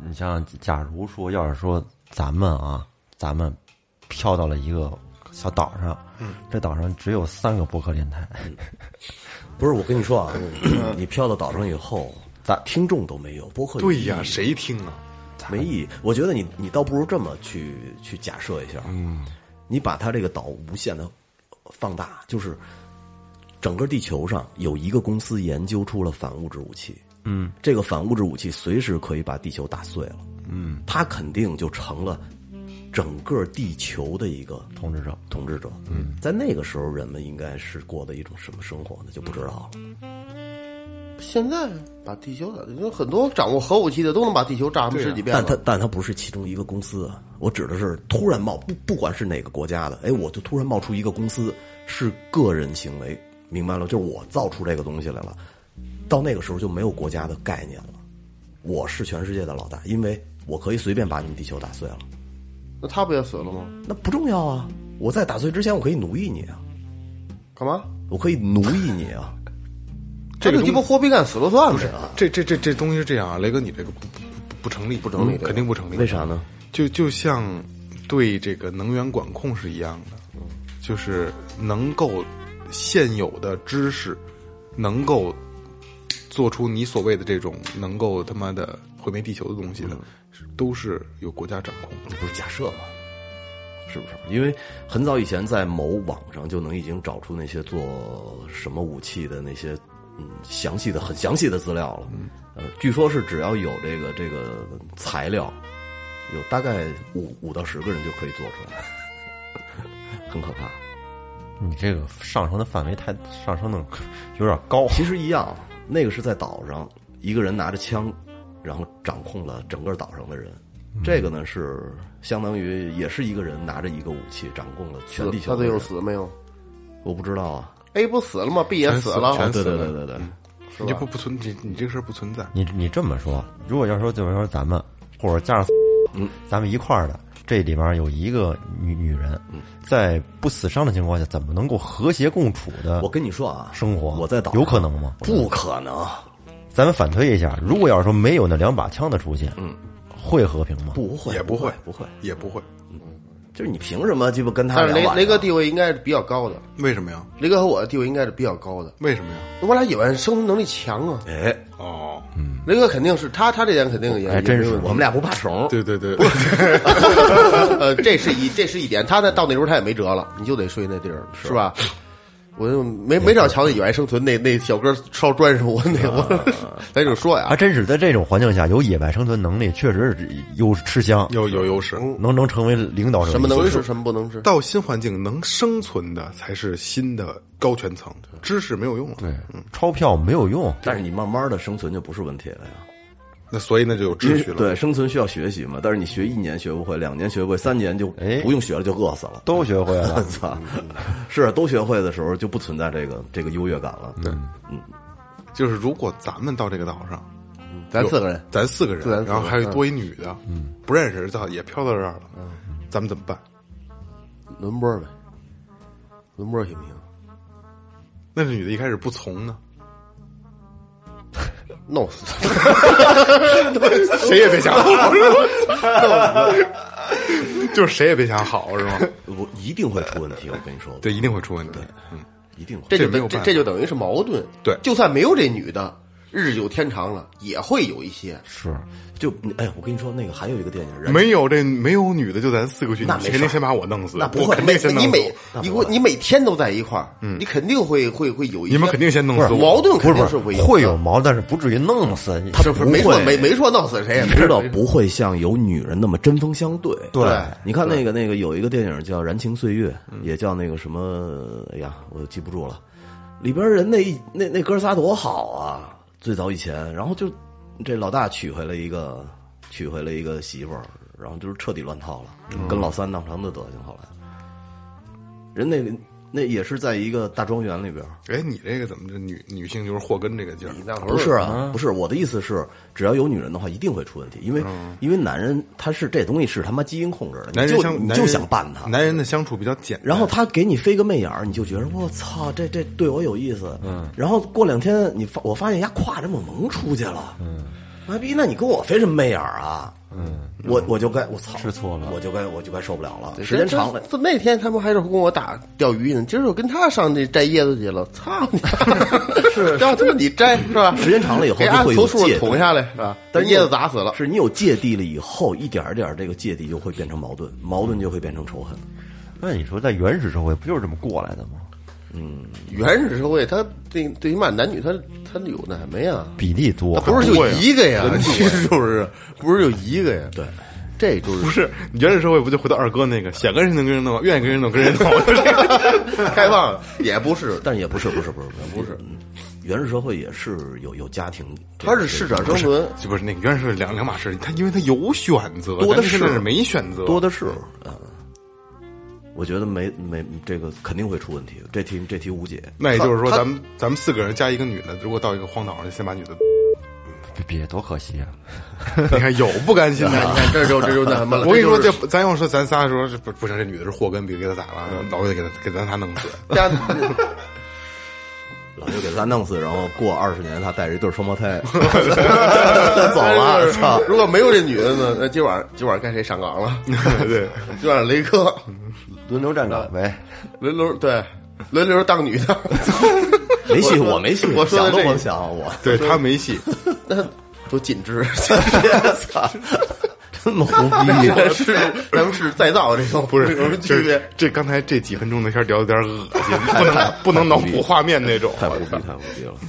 Speaker 5: 你像，假如说要是说咱们啊，咱们飘到了一个小岛上，嗯，这岛上只有三个播客电台，
Speaker 6: 不是我跟你说啊， 你飘到岛上以后，
Speaker 5: 咱
Speaker 6: 听众都没有，播客有
Speaker 3: 对呀，
Speaker 6: 意义
Speaker 3: 谁听啊？
Speaker 6: 没意义。我觉得你你倒不如这么去去假设一下，嗯，你把它这个岛无限的放大，就是整个地球上有一个公司研究出了反物质武器，嗯，这个反物质武器随时可以把地球打碎了，嗯，它肯定就成了整个地球的一个
Speaker 5: 统治者，
Speaker 6: 统治者，嗯，在那个时候人们应该是过的一种什么生活呢？就不知道了。
Speaker 4: 现在把地球打，因为很多掌握核武器的都能把地球啊炸他妈十几遍
Speaker 6: 但
Speaker 4: 了
Speaker 6: 它但它不是其中一个公司，啊，我指的是突然冒不不管是哪个国家的，哎，我就突然冒出一个公司，是个人行为，明白了？就是我造出这个东西来了，到那个时候就没有国家的概念了，我是全世界的老大，因为我可以随便把你们地球打碎了，
Speaker 4: 那他不也死了吗？
Speaker 6: 那不重要啊！我在打碎之前，我可以奴役你啊，
Speaker 4: 干嘛？
Speaker 6: 我可以奴役你啊！
Speaker 4: 这个鸡巴货币干死了算呗啊！
Speaker 3: 这这这这东西是这样啊，雷哥，你这个不不不不成立，不
Speaker 4: 成立这
Speaker 3: 嗯
Speaker 4: 个
Speaker 3: 肯定不成立。
Speaker 6: 为啥呢？
Speaker 3: 就就像对这个能源管控是一样的，就是能够现有的知识，能够做出你所谓的这种能够他妈的毁灭地球的东西的，是都是有国家掌控的。
Speaker 6: 不是假设吗？是不是？因为很早以前在某网上就能已经找出那些做什么武器的那些嗯详细的很详细的资料了。呃，据说是只要有这个这个材料，有大概五五到十个人就可以做出来，很可怕。
Speaker 5: 你这个上升的范围太上升的有点高，
Speaker 6: 其实一样，那个是在岛上，一个人拿着枪，然后掌控了整个岛上的人。这个呢是相当于也是一个人拿着一个武器掌控了全地
Speaker 4: 他
Speaker 6: 球的
Speaker 4: 最
Speaker 6: 人
Speaker 4: 后。死没有
Speaker 6: 我不知道啊，
Speaker 4: ？A 不死了吗？B 也死了，
Speaker 3: 全
Speaker 6: 对
Speaker 3: 死
Speaker 6: 对
Speaker 3: 了
Speaker 6: 对对对，
Speaker 3: 你就不不存，你你这个事儿不存在。
Speaker 5: 你你这么说，如果要说就是说咱们或者加上，
Speaker 6: 嗯，
Speaker 5: 咱们一块儿的，这里边有一个女女人，在不死伤的情况下，怎么能够和谐共处的
Speaker 6: 我跟你说啊，
Speaker 5: 生活？
Speaker 6: 我在岛上
Speaker 5: 有可能吗？
Speaker 6: 不可能，
Speaker 5: 咱们反推一下，如果要是说没有那两把枪的出现，嗯，会和平吗？
Speaker 6: 不会，
Speaker 3: 也
Speaker 6: 不
Speaker 3: 不会
Speaker 6: 不会，
Speaker 3: 也不会，
Speaker 6: 就是你凭什么鸡巴跟他啊
Speaker 4: 但是
Speaker 6: 聊
Speaker 4: 雷
Speaker 6: 晚
Speaker 4: 雷哥
Speaker 6: 上
Speaker 4: 地位应该是比较高的，
Speaker 3: 为什么呀？
Speaker 4: 雷哥和我的地位应该是比较高的。
Speaker 3: 为什么呀？
Speaker 4: 我俩野外生存能力强啊，
Speaker 6: 哎，
Speaker 3: 哦，
Speaker 4: 雷哥肯定是他，他这点肯定也
Speaker 3: 哎
Speaker 5: 还真是
Speaker 4: 也没有
Speaker 6: 我们俩不怕虫，
Speaker 3: 对对对，
Speaker 4: 呃，这是一这是一点，他那到那时候他也没辙了，你就得睡那地儿，是吧？我就没没少瞧那野外生存那那小哥烧砖上我那
Speaker 3: 啊
Speaker 4: 我， 咱就说呀
Speaker 3: 哎
Speaker 5: 还，啊真是在这种环境下，有野外生存能力，确实是有吃香，
Speaker 3: 有有优势。
Speaker 5: 能能成为领导者。
Speaker 4: 什么能吃，什么不能吃。
Speaker 3: 嗯到新环境能生存的才是新的高权层，知识没有用了。对，
Speaker 5: 嗯钞票没有用，
Speaker 6: 但是你慢慢的生存就不是问题了呀。
Speaker 3: 那所以那就有秩序了。
Speaker 6: 对，生存需要学习嘛，但是你学一年学不会，两年学不会，三年就
Speaker 5: 哎
Speaker 6: 不用学了，就饿死了。
Speaker 5: 都学会了。
Speaker 6: 操，是啊都学会的时候就不存在这个这个优越感了。对，
Speaker 3: 就是如果咱们到这个岛上，
Speaker 4: 咱四个人，
Speaker 3: 咱四个人，
Speaker 4: 自然四个
Speaker 3: 然
Speaker 4: 人
Speaker 3: 后还有多一女的，嗯，不认识，操，也飘到这儿了，嗯，咱们怎么办？
Speaker 4: 轮播呗，轮播行不行？
Speaker 3: 那这女的一开始不从呢，
Speaker 4: 弄死他！
Speaker 3: 谁也别想好， 就是谁也别想好，是吗？
Speaker 6: 我一定会出问题，我跟你说，
Speaker 3: 对，，一定会出问题。嗯，
Speaker 6: 一定会。
Speaker 4: 这就
Speaker 3: 这没有
Speaker 4: 等这
Speaker 3: 办法
Speaker 4: 这就等于是矛盾。
Speaker 3: 对
Speaker 4: 就算没有这女的，日久天长了，也会有一些。
Speaker 5: 是，
Speaker 6: 就哎，我跟你说，那个还有一个电影，人
Speaker 3: 没有这没有女的，就咱四个去，你
Speaker 4: 那没事儿
Speaker 3: 肯定先把我弄死，
Speaker 6: 那不
Speaker 3: 我
Speaker 6: 会
Speaker 3: 肯
Speaker 4: 每
Speaker 3: 定先弄
Speaker 4: 你
Speaker 3: 死
Speaker 4: 每
Speaker 3: 我
Speaker 4: 你你每天都在一块儿，你肯定会会会有一些
Speaker 3: 你们肯定先弄死我，
Speaker 4: 矛盾，
Speaker 5: 不
Speaker 4: 肯
Speaker 5: 是
Speaker 4: 定
Speaker 5: 不
Speaker 4: 是
Speaker 5: 是
Speaker 4: 有的
Speaker 5: 会有，矛盾，但是不至于弄死你。
Speaker 4: 是不是没说没没说弄死谁也
Speaker 6: 你
Speaker 4: 没
Speaker 6: 知道不会像有女人那么针锋相对。
Speaker 5: 对
Speaker 6: 你看那个那个有一个电影叫《燃情岁月》，也叫那个什么，哎呀，我记不住了。里边人那一那那哥仨多好啊！最早以前，然后就这老大娶回来一个，娶回来一个媳妇儿，然后就是彻底乱套了，
Speaker 4: 嗯
Speaker 6: 跟老三闹成的德行。后来，人那个那也是在一个大庄园里边儿，
Speaker 3: 哎，你这个怎么这女女性就是祸根这个劲儿？
Speaker 4: 那会
Speaker 6: 不
Speaker 4: 儿
Speaker 6: 是啊，不是我的意思是，只要有女人的话，一定会出问题，因为因为男人他是这东西是他妈基因控制的，
Speaker 3: 男
Speaker 6: 你
Speaker 3: 人
Speaker 6: 就
Speaker 3: 相
Speaker 6: 你
Speaker 3: 男
Speaker 6: 就
Speaker 3: 人
Speaker 6: 想办他，
Speaker 3: 男人的相处比较简单，
Speaker 6: 然后他给你飞个媚眼儿，你就觉得我操，这这对我有意思，嗯，然后过两天你发我发现丫挎着我萌出去了，嗯，妈逼，那你跟我飞什么媚眼儿啊？嗯，我我就该我操，
Speaker 5: 吃错了
Speaker 6: 我就该我就该受不了了，时间长了。
Speaker 4: 这那天他们还是跟我打钓鱼呢，今儿我跟他上那摘叶子去了，操你！是让他们你摘是吧？哎
Speaker 6: 时间长了以后
Speaker 4: 给
Speaker 6: 就
Speaker 4: 按
Speaker 6: 会有
Speaker 4: 头数
Speaker 6: 戒
Speaker 4: 捅
Speaker 6: 断
Speaker 4: 下来是吧？
Speaker 6: 但是
Speaker 4: 叶子砸死了，
Speaker 6: 是你有芥蒂了以后，一点儿一点儿这个芥蒂就会变成矛盾，矛盾就会变成仇恨。
Speaker 5: 那你说在原始社会不就是这么过来的吗？
Speaker 4: 原始社会，他最最起码男女他他有啊那什么呀？
Speaker 5: 比例多，
Speaker 4: 不是就一个呀？
Speaker 3: 啊人
Speaker 4: 其实就是不是就一个呀？对，这就
Speaker 3: 不
Speaker 4: 是
Speaker 3: 是你原始社会不就回到二哥那个，想跟人弄跟人弄，愿意跟人弄跟人弄，
Speaker 4: 开放了，也不是，
Speaker 6: 但是也不是，不是，不是，不是，嗯原始社会也是有有家庭，
Speaker 4: 他是适者生存。
Speaker 3: 就不是那个原始社会两两码事，他因为他有选择，
Speaker 6: 多的
Speaker 3: 咱们现在
Speaker 6: 是
Speaker 3: 是没选择，
Speaker 6: 多的是，嗯，我觉得没没这个肯定会出问题，这题这题无解。
Speaker 3: 那也就是说，
Speaker 4: 他他
Speaker 3: 咱们咱们四个人加一个女的，如果到一个荒岛上，就先把女的，
Speaker 5: 别多可惜啊！
Speaker 3: 你看有不甘心
Speaker 4: 你
Speaker 3: 的。
Speaker 4: 看，这就这就那什么了。
Speaker 3: 我跟你说，
Speaker 4: 这
Speaker 3: 这
Speaker 4: 就是
Speaker 3: 咱要说咱仨说，这不不行，这女的是祸根，别给她宰了，老得给她给咱仨弄死。
Speaker 4: 家
Speaker 6: 老就给他弄死，然后过二十年，他带着一对双胞 胎走
Speaker 4: 哎
Speaker 6: 了，操！
Speaker 4: 如果没有这女的呢，那今晚今晚该谁上岗了？
Speaker 3: 对，
Speaker 4: 今晚雷哥
Speaker 5: 轮流站岗呗，
Speaker 4: 轮流对轮流当女的，
Speaker 6: 没戏，我没戏，
Speaker 4: 我说的
Speaker 6: 想都
Speaker 4: 这个
Speaker 6: 甭想， 我
Speaker 3: 对她没戏，
Speaker 4: 那都禁止。
Speaker 6: 操，这么胡逼，
Speaker 4: 是咱们是再造这种，
Speaker 3: 不是
Speaker 4: 有什么区
Speaker 3: 这
Speaker 4: 别？
Speaker 3: 这刚才这几分钟的天儿聊的有点恶心，不能不能脑补画面那种。
Speaker 6: 太胡逼，太胡逼了。嗯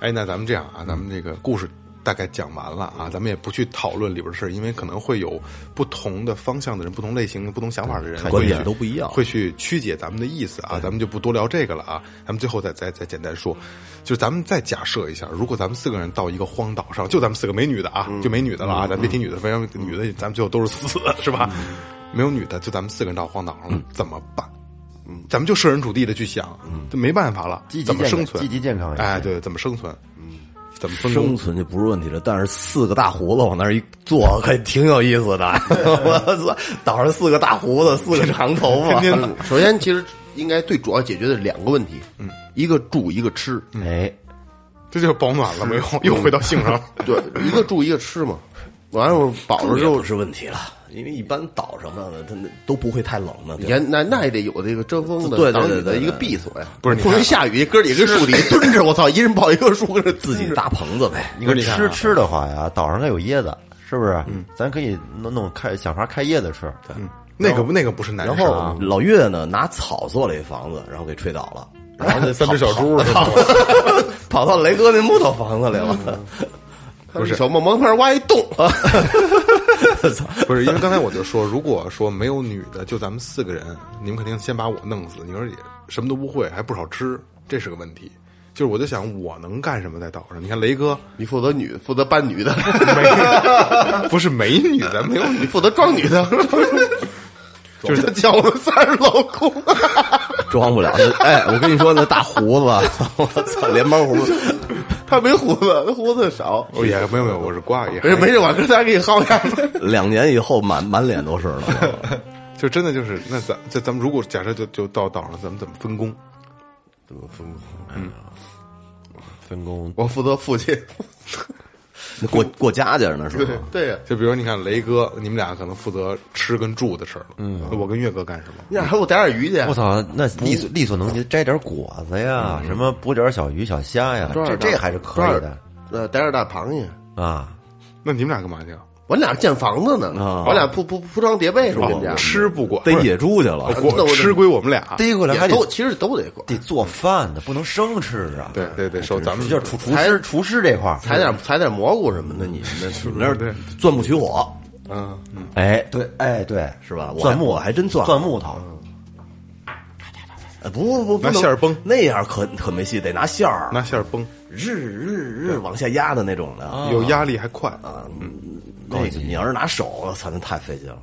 Speaker 3: 哎，那咱们这样啊，咱们这个故事大概讲完了啊，咱们也不去讨论里边的事儿，因为可能会有不同的方向的人、不同类型、不同想法的人，
Speaker 6: 看
Speaker 3: 会
Speaker 6: 观点
Speaker 3: 去
Speaker 6: 都不一样
Speaker 3: 会去曲解咱们的意思啊。咱们就不多聊这个了啊，咱们最后再再再简单说，就是咱们再假设一下，如果咱们四个人到一个荒岛上，就咱们四个没女的啊，
Speaker 6: 嗯
Speaker 3: 就没女的了啊，咱别提女的，反正女的咱们最后都是死的，是吧？
Speaker 6: 嗯
Speaker 3: 没有女的，就咱们四个人到荒岛上了怎么办？嗯咱们就设身处地的去想，这没办法了
Speaker 5: 积，极
Speaker 3: 怎么
Speaker 5: 健
Speaker 3: 生
Speaker 5: 康
Speaker 3: 存？
Speaker 5: 积极健康一些
Speaker 3: 哎，对，怎么生存？怎么分工
Speaker 6: 生？存就不是问题了，但是四个大胡子往那儿一坐，还挺有意思的。 我操，岛上四个大胡子，四个长头发，
Speaker 4: 嗯首先，其实应该最主要解决的两个问题，嗯，一个住，一个吃，
Speaker 5: 哎，
Speaker 3: 这就保暖了没有？ 又回到性上了。
Speaker 4: 对，一个住，一个吃嘛。完了，饱了
Speaker 6: 这
Speaker 4: 之
Speaker 6: 就
Speaker 4: 后
Speaker 6: 不，是问题了，因为一般岛上呢，它那都不会太冷的。对吧
Speaker 4: 也那那也得有这个遮风的、
Speaker 6: 对对对
Speaker 4: 挡雨
Speaker 6: 对
Speaker 4: 的
Speaker 6: 对
Speaker 4: 一个避所呀。
Speaker 3: 不是你
Speaker 4: 不能下雨，哥几个跟树底下蹲着，我操，一人抱一个树跟那
Speaker 6: 自己搭棚子呗，
Speaker 5: 你看
Speaker 4: 啊
Speaker 5: 吃吃的话呀，岛上还有椰子，是不是？
Speaker 4: 嗯
Speaker 5: 咱可以弄弄开，想法开椰子吃。嗯
Speaker 3: 那个不那个不是难
Speaker 6: 然
Speaker 3: 受
Speaker 6: 后
Speaker 3: 啊，
Speaker 6: 老岳呢拿草做了一房子，然后给吹倒了，然后那
Speaker 3: 三只小猪是吧
Speaker 6: 跑 跑到雷哥那木头房子里了。
Speaker 4: 不是小梦蒙那儿挖一洞，
Speaker 6: 操！
Speaker 3: 不是因为刚才我就说，如果说没有女的，就咱们四个人，你们肯定先把我弄死。你说也什么都不会，还不少吃，这是个问题。就是我就想，我能干什么在岛上？你看雷哥
Speaker 4: 你负责女，负责搬女的，
Speaker 3: 没，不是没女的，没有女
Speaker 4: 你负责装女的，
Speaker 3: 就是
Speaker 4: 他叫我们仨是老公。
Speaker 6: 装不了。哎，我跟你说，那大胡 子，啊我操，连毛胡子，
Speaker 4: 他没胡子，他胡子少。
Speaker 3: 的， 也没有没有，我是瓜也
Speaker 4: 没事没事，我哥仨给你薅下来。
Speaker 6: 两年以后满满脸都是了。
Speaker 3: 就真的就是那咱这咱们如果假设就就到岛上，咱们怎么分工？
Speaker 5: 分工
Speaker 4: 我负责父亲。
Speaker 6: 过过家家呢是吧？
Speaker 4: 对呀，
Speaker 3: 就比如你看雷哥，你们俩可能负责吃跟住的事儿了，嗯，我跟岳哥干什么？
Speaker 4: 你俩还给我逮点鱼去？
Speaker 5: 我操，那嗯力所力所能及，摘点果子呀，什么捕点小鱼小虾呀，
Speaker 4: 多少
Speaker 5: 这
Speaker 4: 大
Speaker 5: 这还是可以的。
Speaker 4: 多少呃，逮点大螃蟹。
Speaker 5: 啊。
Speaker 3: 那你们俩干嘛去啊？
Speaker 4: 我俩建房子呢，我俩铺铺铺床叠被啊是我们家。
Speaker 3: 哦吃不管，
Speaker 6: 逮
Speaker 3: 不是
Speaker 6: 野猪去了，
Speaker 4: 那
Speaker 3: 我
Speaker 4: 我
Speaker 3: 吃归我们俩。
Speaker 5: 逮过来还
Speaker 4: 也
Speaker 5: 得
Speaker 4: 都其实都得管，
Speaker 5: 得做饭的，不能生吃啊。
Speaker 3: 对对
Speaker 4: 哎
Speaker 3: 对，受咱们
Speaker 5: 就是厨厨师厨师这块儿，
Speaker 4: 采点采点蘑菇什么的，你那是
Speaker 6: 那儿钻木取火
Speaker 5: 哎，对，哎对，
Speaker 6: 是吧？我还
Speaker 5: 钻木
Speaker 6: 我还真钻
Speaker 5: 钻木头，
Speaker 6: 哎不不不，不能
Speaker 3: 拿线儿崩
Speaker 6: 那样可可没戏，得拿线儿，
Speaker 3: 拿线儿崩，
Speaker 6: 日日日往下压的那种的。
Speaker 3: 有压力还快，
Speaker 4: 啊
Speaker 6: 那个你要是拿手，我操，那太费劲了。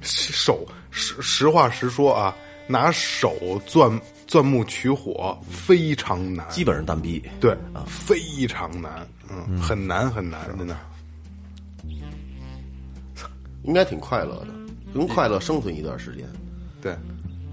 Speaker 3: 手实实话实说啊，拿手钻钻木取火非常难，
Speaker 6: 基本上单逼。
Speaker 3: 对，非常难，嗯，很难很难，真的。
Speaker 4: 应该挺快乐的，能快乐生存一段时间。
Speaker 3: 对，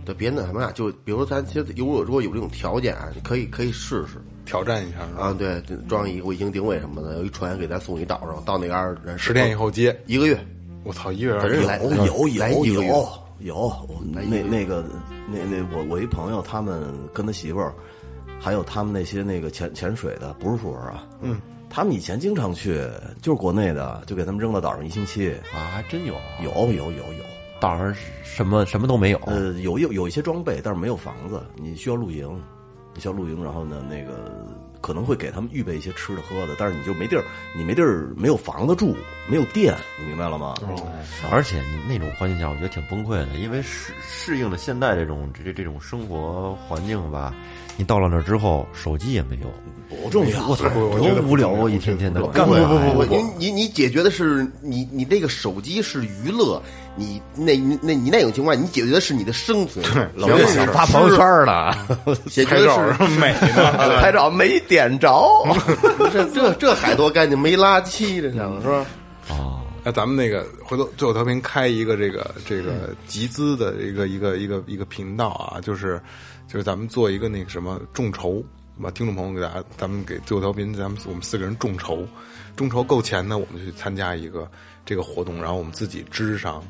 Speaker 4: 对，别那什么呀，就比如咱其实如果如果有这种条件啊，你可以可以试试
Speaker 3: 挑战一下啊，
Speaker 4: 啊，对，装一个卫星定位什么的，有一船给咱送一岛上，到那嘎儿人
Speaker 3: 十天以后接，
Speaker 4: 一个月，
Speaker 3: 我操，一个
Speaker 4: 反
Speaker 3: 人
Speaker 4: 正来
Speaker 6: 有有
Speaker 4: 来
Speaker 6: 有
Speaker 4: 一个月
Speaker 6: 嗯有有，我那那个那那我我一朋友，他们跟他媳妇儿，还有他们那些那个潜潜水的，不是富人啊，嗯，他们以前经常去，就是国内的，就给他们扔到岛上一星期，
Speaker 5: 啊，还真有
Speaker 6: 有有有有，
Speaker 5: 岛上什么什么都没有，
Speaker 6: 呃，有有有一些装备，但是没有房子，你需要露营，你需要露营，然后呢，那个可能会给他们预备一些吃的喝的，但是你就没地儿，你没地儿，没有房子住，没有电，你明白了吗？
Speaker 5: 而且你那种环境下，我觉得挺崩溃的，因为适适应了现在这种这这这种生活环境吧，你到了那儿之后，手机也没有，
Speaker 6: 不重要，
Speaker 5: 我操，
Speaker 3: 我
Speaker 5: 多
Speaker 3: 觉得不
Speaker 5: 无聊
Speaker 3: 重要
Speaker 5: 啊！一天天的
Speaker 3: 我觉
Speaker 5: 干
Speaker 4: 不哎
Speaker 5: 嘛呀？
Speaker 4: 不不不，你你你解决的是你你这个手机是娱乐，你那你那你那种情况，你解决的是你的生存，
Speaker 6: 老岳想发朋友圈呢，
Speaker 4: 解决的是
Speaker 3: 美
Speaker 6: 拍照没点着，
Speaker 4: 这这这海多干净，没垃圾，这想是吧？
Speaker 3: 那咱们那个回头最后调频开一个这个这个集资的一个一个一个一个频道啊，就是就是咱们做一个那个什么众筹，把听众朋友给大家，咱们给最后调频，咱们我们四个人众筹，众筹够钱呢，我们就去参加一个这个活动，然后我们自己支上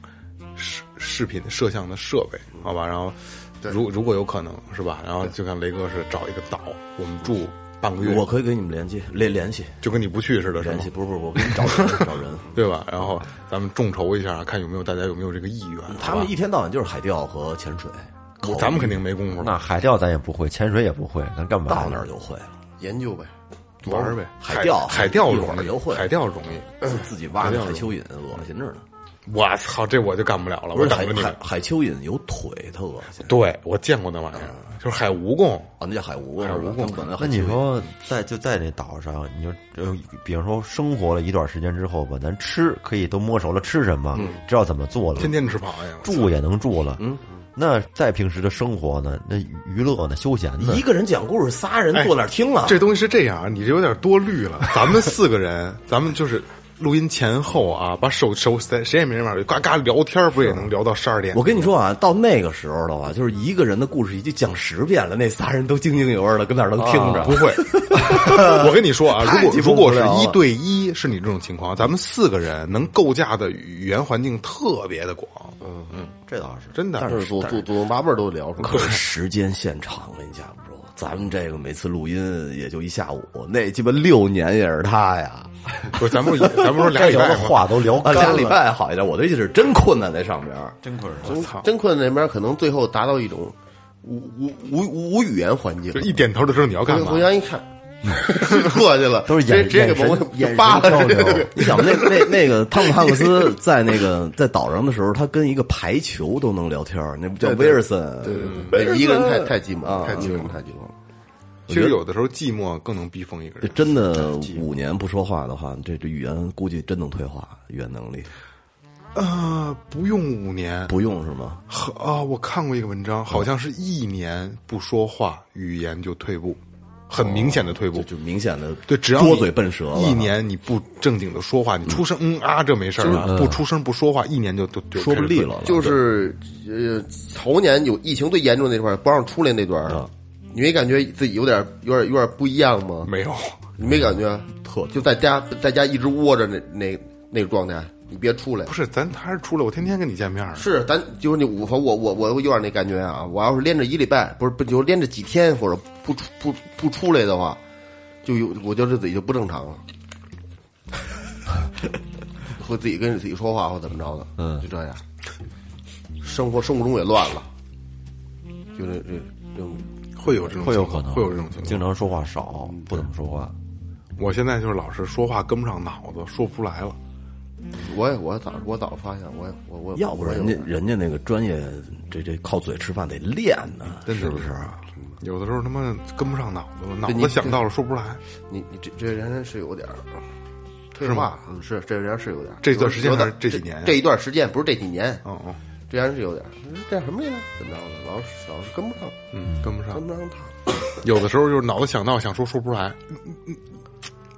Speaker 3: 视视频摄像的设备，好吧？然后如如果有可能是吧？然后就看雷哥是找一个岛，我们住半个月，
Speaker 6: 我可以给你们联系联联系
Speaker 3: 就跟你不去似的，是吗
Speaker 6: 联系，？不是不是，我给你找人找人。
Speaker 3: 对吧？然后咱们众筹一下，看有没有大家有没有这个意愿。
Speaker 6: 他
Speaker 3: 好吧
Speaker 6: 们一天到晚就是海钓和潜水，
Speaker 3: 我咱们肯定没工夫。
Speaker 5: 那海钓咱也不会，潜水也不会，咱干嘛呀？
Speaker 6: 到那儿就会了。
Speaker 4: 研究呗，
Speaker 3: 玩儿呗，
Speaker 6: 海钓
Speaker 3: 海钓
Speaker 6: 一会
Speaker 3: 容
Speaker 6: 儿
Speaker 3: 易，
Speaker 6: 游会
Speaker 3: 海钓容易。
Speaker 6: 自自己挖的海蚯蚓，恶心着呢。
Speaker 3: 我操，这我就干不了了，
Speaker 6: 不
Speaker 3: 我
Speaker 6: 是
Speaker 3: 等
Speaker 6: 海
Speaker 3: 着你
Speaker 6: 海
Speaker 3: 们。
Speaker 6: 海蚯蚓有腿，特恶心
Speaker 3: 对，我见过那玩意儿，
Speaker 6: 嗯
Speaker 3: 就是海蜈蚣。
Speaker 6: 啊！那叫海蜈蚣，
Speaker 3: 海蜈蚣
Speaker 6: 是吧他们管它海
Speaker 5: 那
Speaker 6: 蚯蚓
Speaker 5: 你 说在就在这岛上，你就呃，比方说生活了一段时间之后吧，咱吃可以都摸熟了，吃什么，知道怎么做了，
Speaker 3: 嗯天天吃螃蟹，
Speaker 5: 住也能住了。嗯，那在平时的生活呢，那娱乐呢，休闲呢
Speaker 6: 一，个人讲故事，仨人坐那儿听啊，
Speaker 3: 这东西是这样啊，你这有点多虑了。 咱们四个人，咱们就是录音前后啊，把手手谁谁也没人玩，嘎嘎聊天，不也能聊到十二点
Speaker 6: 我？跟你说啊，到那个时候的话，就是一个人的故事已经讲十遍了，那仨人都津津有味的，跟那儿能听着。
Speaker 3: 不会， 我跟你说啊，如果
Speaker 6: 鸡巴
Speaker 3: 如果
Speaker 6: 无
Speaker 3: 是
Speaker 6: 聊了
Speaker 3: 一对一，是你这种情况，咱们四个人能构架的语言环境特别的广，嗯，
Speaker 5: 这倒是。
Speaker 3: 真的。
Speaker 4: 但是祖祖祖宗八辈儿都聊出来
Speaker 6: 可是时间限长了，你想说，咱们这个每次录音也就一下午，那鸡巴六年也是他呀，
Speaker 3: 不是，咱们咱们说俩
Speaker 5: 该
Speaker 3: 礼
Speaker 5: 聊 的
Speaker 3: 拜
Speaker 5: 话都聊
Speaker 6: 啊，
Speaker 5: 干
Speaker 6: 俩礼
Speaker 5: 了，
Speaker 6: 拜好一点。我的意思是真困在那上边儿，
Speaker 5: 真困
Speaker 3: 我操，
Speaker 4: 真困那边可能最后达到一种无无无无无语言环境
Speaker 3: 就，一点头就知道你要干嘛
Speaker 4: 互。相一看 过去了，
Speaker 5: 都是眼
Speaker 4: 直接给
Speaker 5: 眼神
Speaker 4: 蒙
Speaker 5: 眼神
Speaker 3: 啊
Speaker 4: 扒拉
Speaker 5: 交
Speaker 4: 着
Speaker 5: 流。
Speaker 6: 你想吧，那那那个汤姆汉克斯在那个 在岛上的时候，他跟一个排球都能聊天儿，那不叫威尔森？
Speaker 4: 对对对，一个人太太寂寞
Speaker 5: 啊
Speaker 4: 了，
Speaker 3: 太寂寞
Speaker 4: 一个人太寂寞了。
Speaker 3: 其实有的时候寂寞更能逼疯一个
Speaker 6: 这
Speaker 3: 人。
Speaker 6: 真的五年不说话的话，这这语言估计真能退化，语言能力
Speaker 3: 呃，不用五年，
Speaker 6: 不用是吗？
Speaker 3: 好啊，我看过一个文章，好像是一年不说话，语言就退步，很明显的退步。
Speaker 6: 就明显的
Speaker 3: 对，只要你
Speaker 6: 多嘴笨舌了，
Speaker 3: 一年你不正经的说话，你出声嗯啊这没事儿啊，不出声不说话，一年就就就
Speaker 6: 说不利了。
Speaker 4: 就是呃，头年有疫情最严重那段儿不让出来那段
Speaker 5: 啊
Speaker 4: 儿，你没感觉自己有点有点有点不一样吗？
Speaker 5: 嗯
Speaker 3: 没有。
Speaker 4: 你没感觉？特就在家在家一直窝着那那那个状态，你别出来
Speaker 3: 不。是，咱还是出来，我天天跟你见面儿。
Speaker 4: 是，咱就是你我我我我有点那感觉啊！我要是连着一礼拜，不是不就连着几天，或者不出不不出来的话，就有我觉得自己就不正常了， 和自己跟自己说话或怎么着的，嗯，就这样。生活生活中也乱了，就这这这种
Speaker 3: 会有这种
Speaker 5: 会有
Speaker 3: 情
Speaker 5: 可
Speaker 3: 况
Speaker 5: 能
Speaker 3: 会有这种情况。嗯
Speaker 5: 经常说话少，不怎么说话。
Speaker 3: 我现在就是老是说话跟不上脑子，说不出来了。
Speaker 4: 我也我早我早发现，我也我我
Speaker 6: 要不
Speaker 4: 我
Speaker 6: 人
Speaker 4: 有
Speaker 6: 家人家那个专业，这这靠嘴吃饭得练呢，是不是？啊
Speaker 3: 有的时候他妈跟不上脑子了，脑
Speaker 4: 对
Speaker 3: 子
Speaker 4: 你
Speaker 3: 想到了说不出来。
Speaker 4: 你你这这人是有点儿退
Speaker 3: 是
Speaker 4: 化
Speaker 3: 吗，
Speaker 4: 嗯，是这人是有点儿
Speaker 3: 这段时间
Speaker 4: 有点
Speaker 3: 还是这几年啊
Speaker 4: 这一段时间不是这几年，
Speaker 3: 哦哦，
Speaker 4: 这人是有点儿这叫什么来着？怎么着的？老是老是跟不上，
Speaker 3: 嗯，跟不上
Speaker 4: 跟。不上趟，
Speaker 3: 有的时候就是脑子想到想说说不出来，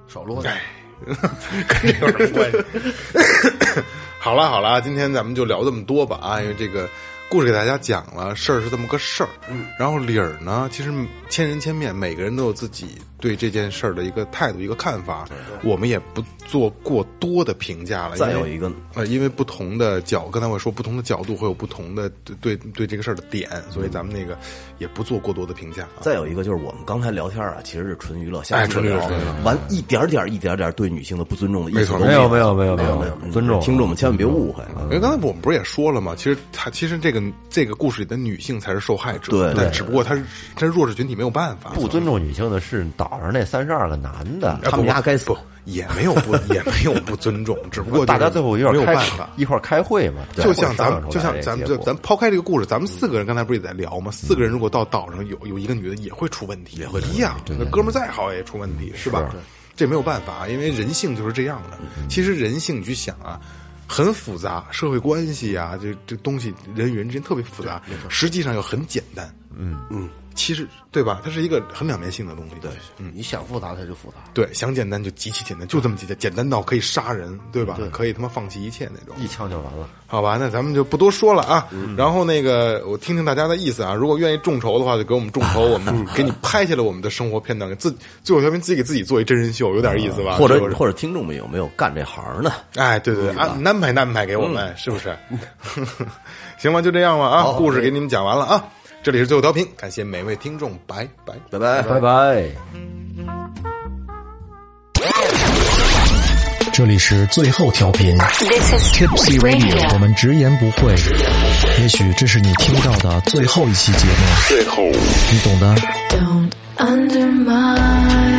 Speaker 4: 少 啰嗦。
Speaker 3: 哎，跟这有什么关系？好了好了，今天咱们就聊这么多吧啊，因为这个故事给大家讲了，事儿是这么个事儿。嗯，然后理儿呢，其实千人千面，每个人都有自己对这件事儿的一个态度、一个看法，我们也不做过多的评价了。
Speaker 6: 再
Speaker 3: 因为
Speaker 6: 有一个
Speaker 3: 呃，因为不同的角，刚才我说不同的角度会有不同的对对对这个事儿的点，所以咱们那个也不做过多的评价啊。
Speaker 6: 再有一个就是我们刚才聊天啊，其实是纯娱乐，下
Speaker 3: 哎
Speaker 6: 次
Speaker 3: 纯娱乐
Speaker 6: 聊
Speaker 3: 纯娱乐
Speaker 6: 完一点点一点点对女性的不尊重的意思
Speaker 3: 没错
Speaker 6: 都
Speaker 3: 没
Speaker 5: 有没有没有没有
Speaker 6: 没
Speaker 5: 没
Speaker 6: 有
Speaker 5: 有
Speaker 6: 没有，
Speaker 5: 尊重
Speaker 6: 听众们千万别误会。啊
Speaker 3: 因为刚才我们不是也说了吗？其实他其实这个这个故事里的女性才是受害者，
Speaker 6: 对
Speaker 3: 但
Speaker 6: 对
Speaker 3: 只不过她是她是弱势群体，没有办法，
Speaker 5: 不尊重女性的是岛上那三十二个男的，
Speaker 3: 哎
Speaker 6: 他们
Speaker 3: 不
Speaker 6: 家该死
Speaker 3: 不也没有不也没有不尊重，只不过就是
Speaker 5: 大家最后有
Speaker 3: 没
Speaker 5: 点
Speaker 3: 有
Speaker 5: 开
Speaker 3: 办法。
Speaker 5: 一块儿开会嘛，
Speaker 3: 就像
Speaker 5: 商
Speaker 3: 咱
Speaker 5: 量
Speaker 3: 们，
Speaker 5: 出
Speaker 3: 就像
Speaker 5: 来
Speaker 3: 咱们，
Speaker 5: 这个
Speaker 3: 就
Speaker 5: 结
Speaker 3: 咱
Speaker 5: 果
Speaker 3: 们抛开这个故事，咱们四个人刚才不是也在聊吗？四个人如果到岛上有有一个女的也会出问题，也会一样。那哥们儿再好也出问题，是啊嗯吧？这没有办法，因为人性就是这样的。其实人性，你去想啊，很复杂，社会关系啊，这这东西人与人之间特别复杂，实际上又很简单。嗯嗯，其实对吧？它是一个很两面性的东西。对，嗯
Speaker 4: 嗯你想复杂它就复杂，
Speaker 3: 对，想简单就极其简单，就这么简单，简单到可以杀人，对吧？可以他妈放弃一切那种。
Speaker 5: 一枪就完了。
Speaker 3: 好吧，那咱们就不多说了啊。然后那个，我听听大家的意思啊。如果愿意众筹的话，就给我们众筹，我
Speaker 6: 嗯
Speaker 3: 们给你拍下来我们的生活片段，给自最后调频自己给自己做一真人秀，有点意思吧？
Speaker 6: 嗯
Speaker 3: 啊是不
Speaker 6: 或者嗯
Speaker 3: 是
Speaker 6: 或者听众们有没有干这行的？
Speaker 3: 哎，对对，对安安排安排给我
Speaker 6: 嗯
Speaker 3: 们，是不是？ 行吧，就这样吧啊，故事给你们讲完了啊。这里是最后调频，感谢每位听众，拜拜。
Speaker 6: 拜拜。
Speaker 5: 拜拜。
Speaker 2: 这里是最后调频
Speaker 7: This is
Speaker 2: Tipsy Radio，我们直言不讳，也许这是你听到的最后一期节目，最后，你懂的。
Speaker 7: Don't undermine.